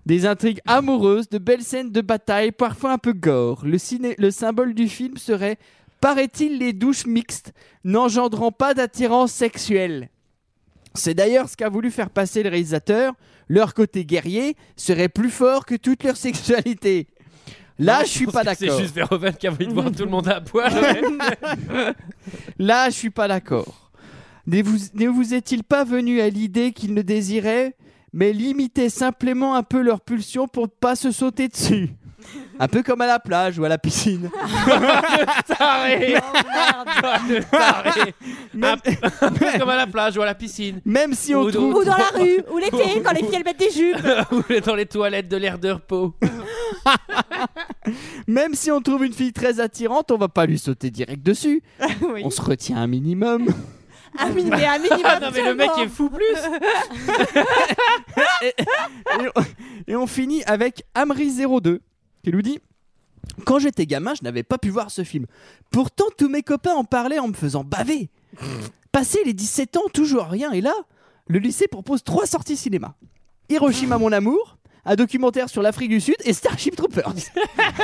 G: Des intrigues amoureuses, de belles scènes de bataille, parfois un peu gore. Le, ciné- le symbole du film serait, paraît-il, les douches mixtes, n'engendrant pas d'attirance sexuelle. C'est d'ailleurs ce qu'a voulu faire passer le réalisateur. Leur côté guerrier serait plus fort que toute leur sexualité. Là, je suis
A: pense
G: pas
A: que
G: d'accord.
A: C'est juste Verhoeven qui a envie de voir tout le monde à poil. ouais.
G: Là, je suis pas d'accord. Ne vous, ne vous est-il pas venu à l'idée qu'ils ne désiraient, mais limiter simplement un peu leur pulsion pour ne pas se sauter dessus Un peu comme à la plage ou à la piscine.
A: Taré. Le taré. Un p- un peu comme à la plage ou à la piscine.
G: Même si on
A: Ou
G: trouve...
I: Ou dans la rue, ou l'été, quand les filles elles mettent des jupes.
A: ou dans les toilettes de l'air de repos.
G: Même si on trouve une fille très attirante, on va pas lui sauter direct dessus.
I: Oui.
G: On se retient un minimum.
I: Ah oui, mais un minimum.
A: Ah non, mais le mec
I: seulement.
A: est fou plus.
G: et, on, et on finit avec Amri02 qui nous dit Quand j'étais gamin, je n'avais pas pu voir ce film. Pourtant, tous mes copains en parlaient en me faisant baver. Passé les 17 ans, toujours rien. Et là, le lycée propose trois sorties cinéma Hiroshima, mon amour. Un documentaire sur l'Afrique du Sud et Starship Troopers.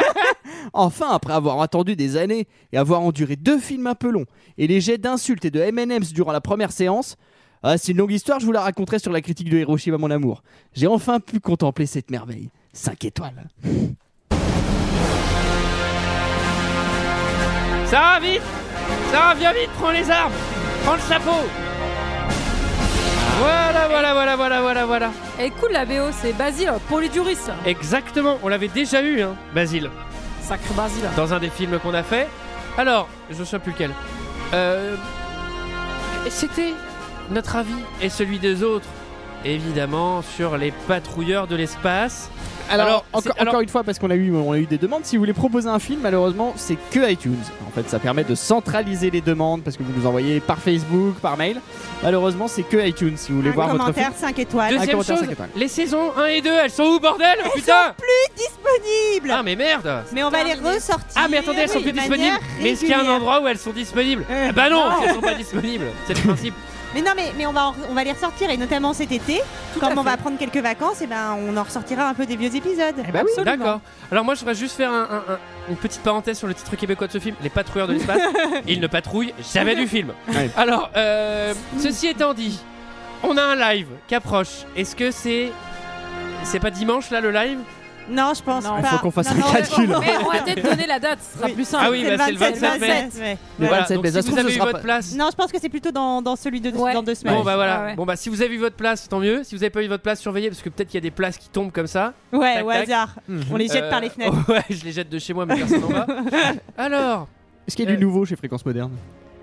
G: enfin, après avoir attendu des années et avoir enduré deux films un peu longs et les jets d'insultes et de M&M's durant la première séance, ah, c'est une longue histoire, je vous la raconterai sur la critique de Hiroshima, mon amour. J'ai enfin pu contempler cette merveille. 5 étoiles.
A: Sarah, vite Sarah, viens vite, prends les armes Prends le chapeau Voilà, voilà, voilà, voilà, voilà, voilà.
H: Elle est cool la BO, c'est Basile, pour les juristes.
A: Exactement, on l'avait déjà eu, hein, Basile,
H: Sacré Basile.
A: dans un des films qu'on a fait. Alors, je ne sais plus lequel. Euh, C'était notre avis et celui des autres, évidemment, sur les patrouilleurs de l'espace.
G: Alors,
A: c'est-
G: encore,
A: alors-
G: encore une fois, parce qu'on a, eu, on a eu des demandes, si vous voulez proposer un film, malheureusement, c'est que iTunes. En fait, ça permet de centraliser les demandes parce que vous nous envoyez par Facebook, par mail. Malheureusement, c'est que iTunes si vous voulez
I: Un
G: voir votre film.
I: commentaire 5 étoiles.
G: Un
A: Deuxième
G: commentaire
A: chose,
G: cinq étoiles.
A: les saisons 1 et 2, elles sont où, bordel Putain
I: Plus disponible.
A: Ah, mais merde
I: Mais on va les ressortir.
A: Ah mais attendez, elles sont
I: de
A: plus
I: manière
A: disponibles. Mais est-ce qu'il y a un
I: régulière.
A: endroit où elles sont disponibles
I: Euh,
A: Ah Bah non,
I: non.
A: elles sont pas disponibles. C'est le principe.
I: Mais non, mais, mais on, va en- on va les ressortir et notamment cet été, comme on va prendre quelques vacances, et ben on en ressortira un peu des vieux épisodes.
G: Bah oui.
A: Eh ben D'accord. Alors moi, je voudrais juste faire un- un- un- une petite parenthèse sur le titre québécois de ce film, Les Patrouilleurs de l'espace. Ils ne patrouillent jamais du film.
G: Ouais.
A: Alors, euh, ceci étant dit, on a un live qui approche. Est-ce que c'est c'est pas dimanche là le live
I: Non, je pense
H: Non.
I: pas.
G: Il faut qu'on fasse
I: Non,
G: un
I: non,
G: calcul.
H: Mais on va peut-être donner la date, ce sera
I: Oui.
H: plus simple.
A: Ah oui,
I: C'est
A: bah,
I: le 27,
A: 27 mai.
I: 27, ouais.
G: Le
A: Voilà,
G: 27
A: donc
G: mai, ça
A: si
G: se trouve,
A: vous avez
G: ce
A: eu
G: sera
A: votre
G: pas-
A: place.
I: Non, je pense que c'est plutôt dans, dans celui de
H: Ouais.
I: dans deux semaines.
A: Bon bah voilà.
H: Ah ouais.
A: Bon bah si vous avez eu votre place, tant mieux. Si vous avez pas eu votre place, surveillez parce que peut-être qu'il y a des places qui tombent comme ça.
I: ouais,
A: Tac,
I: au
A: tac.
I: hasard. On les jette par les
A: Euh,
I: fenêtres.
A: Ouais, je les jette de chez moi, mais personne n'en va. Alors,
G: Est-ce qu'il y a
A: Euh.
G: du nouveau chez Fréquence Moderne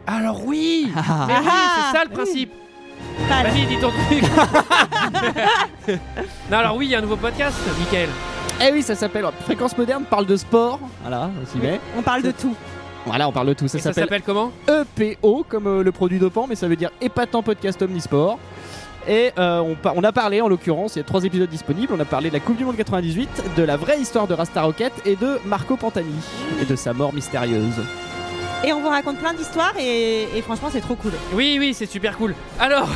A: alors oui
G: Ah.
A: Mais oui,
I: Ah.
A: c'est ça le principe
I: Pas là.
A: Vas-y, dis ton truc Non, alors oui, il y a un nouveau podcast, Michael.
G: Eh oui, ça s'appelle Fréquence Moderne parle de sport. Voilà, on s'y met.
I: On parle de tout.
G: Voilà, on parle de tout. Ça
A: Et ça
G: s'appelle
A: s'appelle comment
G: EPO E comme euh, le produit dopant, mais ça veut dire épatant podcast omnisport. Et euh, on, par- on a parlé en l'occurrence, il y a trois épisodes disponibles. On a parlé de la Coupe du Monde 98, de la vraie histoire de Rasta Rocket et de Marco Pantani et de sa mort mystérieuse.
I: Et on vous raconte plein d'histoires et, et franchement, c'est trop cool.
A: Oui, oui, c'est super cool. Alors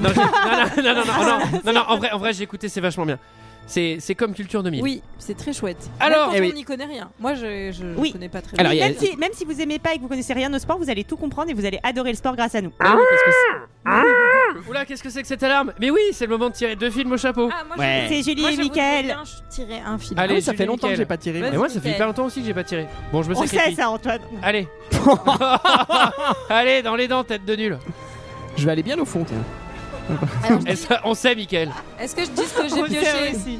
A: non, j'ai- non, non, non, non, non, non, non, non, en vrai, en vrai j'ai écouté, c'est vachement bien. C'est c'est comme Culture 2000.
H: Oui, c'est très chouette.
A: Alors-
H: Même quand
A: Eh oui.
H: on n'y connaît rien. Moi, je, je je connais pas très
A: Alors,
H: bien.
A: il y a-
I: Même si, même si vous aimez pas et que vous connaissez rien au sport, vous allez tout comprendre et vous allez adorer le sport grâce à nous.
A: Ah oui, parce que c'est- Oula, qu'est-ce que c'est que cette alarme Mais oui, c'est le moment de tirer deux films au chapeau.
I: Ah,
H: Ah,
I: Ouais. C'est Julie et Mickaël.
H: Je tirais un film.
A: Allez,
G: ça
A: Julie
G: fait longtemps que
A: Mickaël.
G: j'ai pas tiré.
A: Mais
G: Vas-y,
A: moi, ça fait
G: Mickaël.
A: hyper longtemps aussi que j'ai pas tiré. Bon, je me
I: On sait
A: sacrifie.
I: ça, Antoine.
A: Allez. Allez, dans les dents, tête de nul.
G: Je vais aller bien au fond, tiens.
A: Et ça, on sait, Michael.
H: Est-ce que je dis ce que j'ai
I: On sait
H: pioché
I: aussi.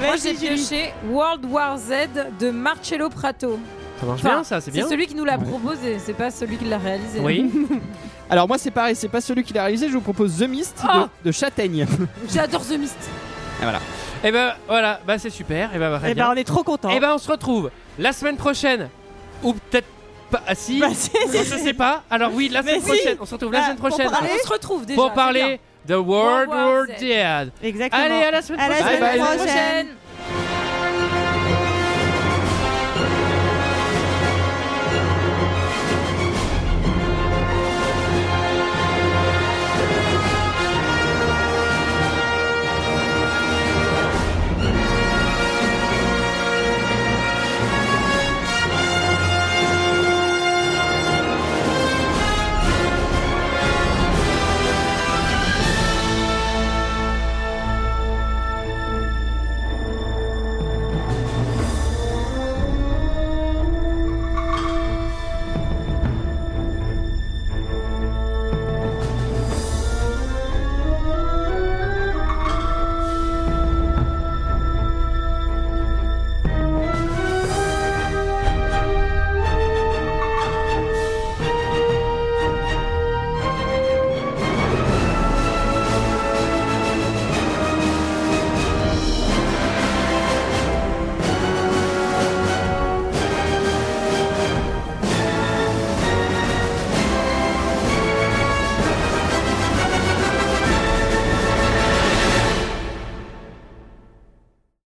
H: Moi,
I: Vas-y,
H: j'ai
I: Julie.
H: pioché World War Z de Marcello Prato.
A: Ça marche
H: Enfin,
A: bien, ça, c'est bien.
H: C'est celui qui nous l'a proposé, c'est pas celui qui l'a réalisé.
G: Alors moi c'est pareil, c'est pas celui qui l'a réalisé, je vous propose The Mist de-
H: Ah
G: de, Châtaigne.
H: J'adore The Mist.
G: Et voilà.
A: Et ben voilà, bah c'est super. Et ben
I: Eh ben, on est trop contents.
A: Et ben on se retrouve la semaine prochaine ou peut-être pas. Ah si,
I: Bah, si,
A: Non,
I: si,
A: je
I: si.
A: sais pas. Alors oui, la
I: Mais
A: semaine
I: si.
A: prochaine. On se retrouve la
I: Bah,
A: semaine
I: pour
A: prochaine.
I: parler-
H: On se retrouve déjà.
A: pour
H: c'est
A: parler de World
H: World War
A: War
H: Z.
A: Z.
I: Exactement.
A: Allez, à la semaine
I: À la
A: prochaine.
I: semaine
H: bien.
I: prochaine.
H: Prochaine.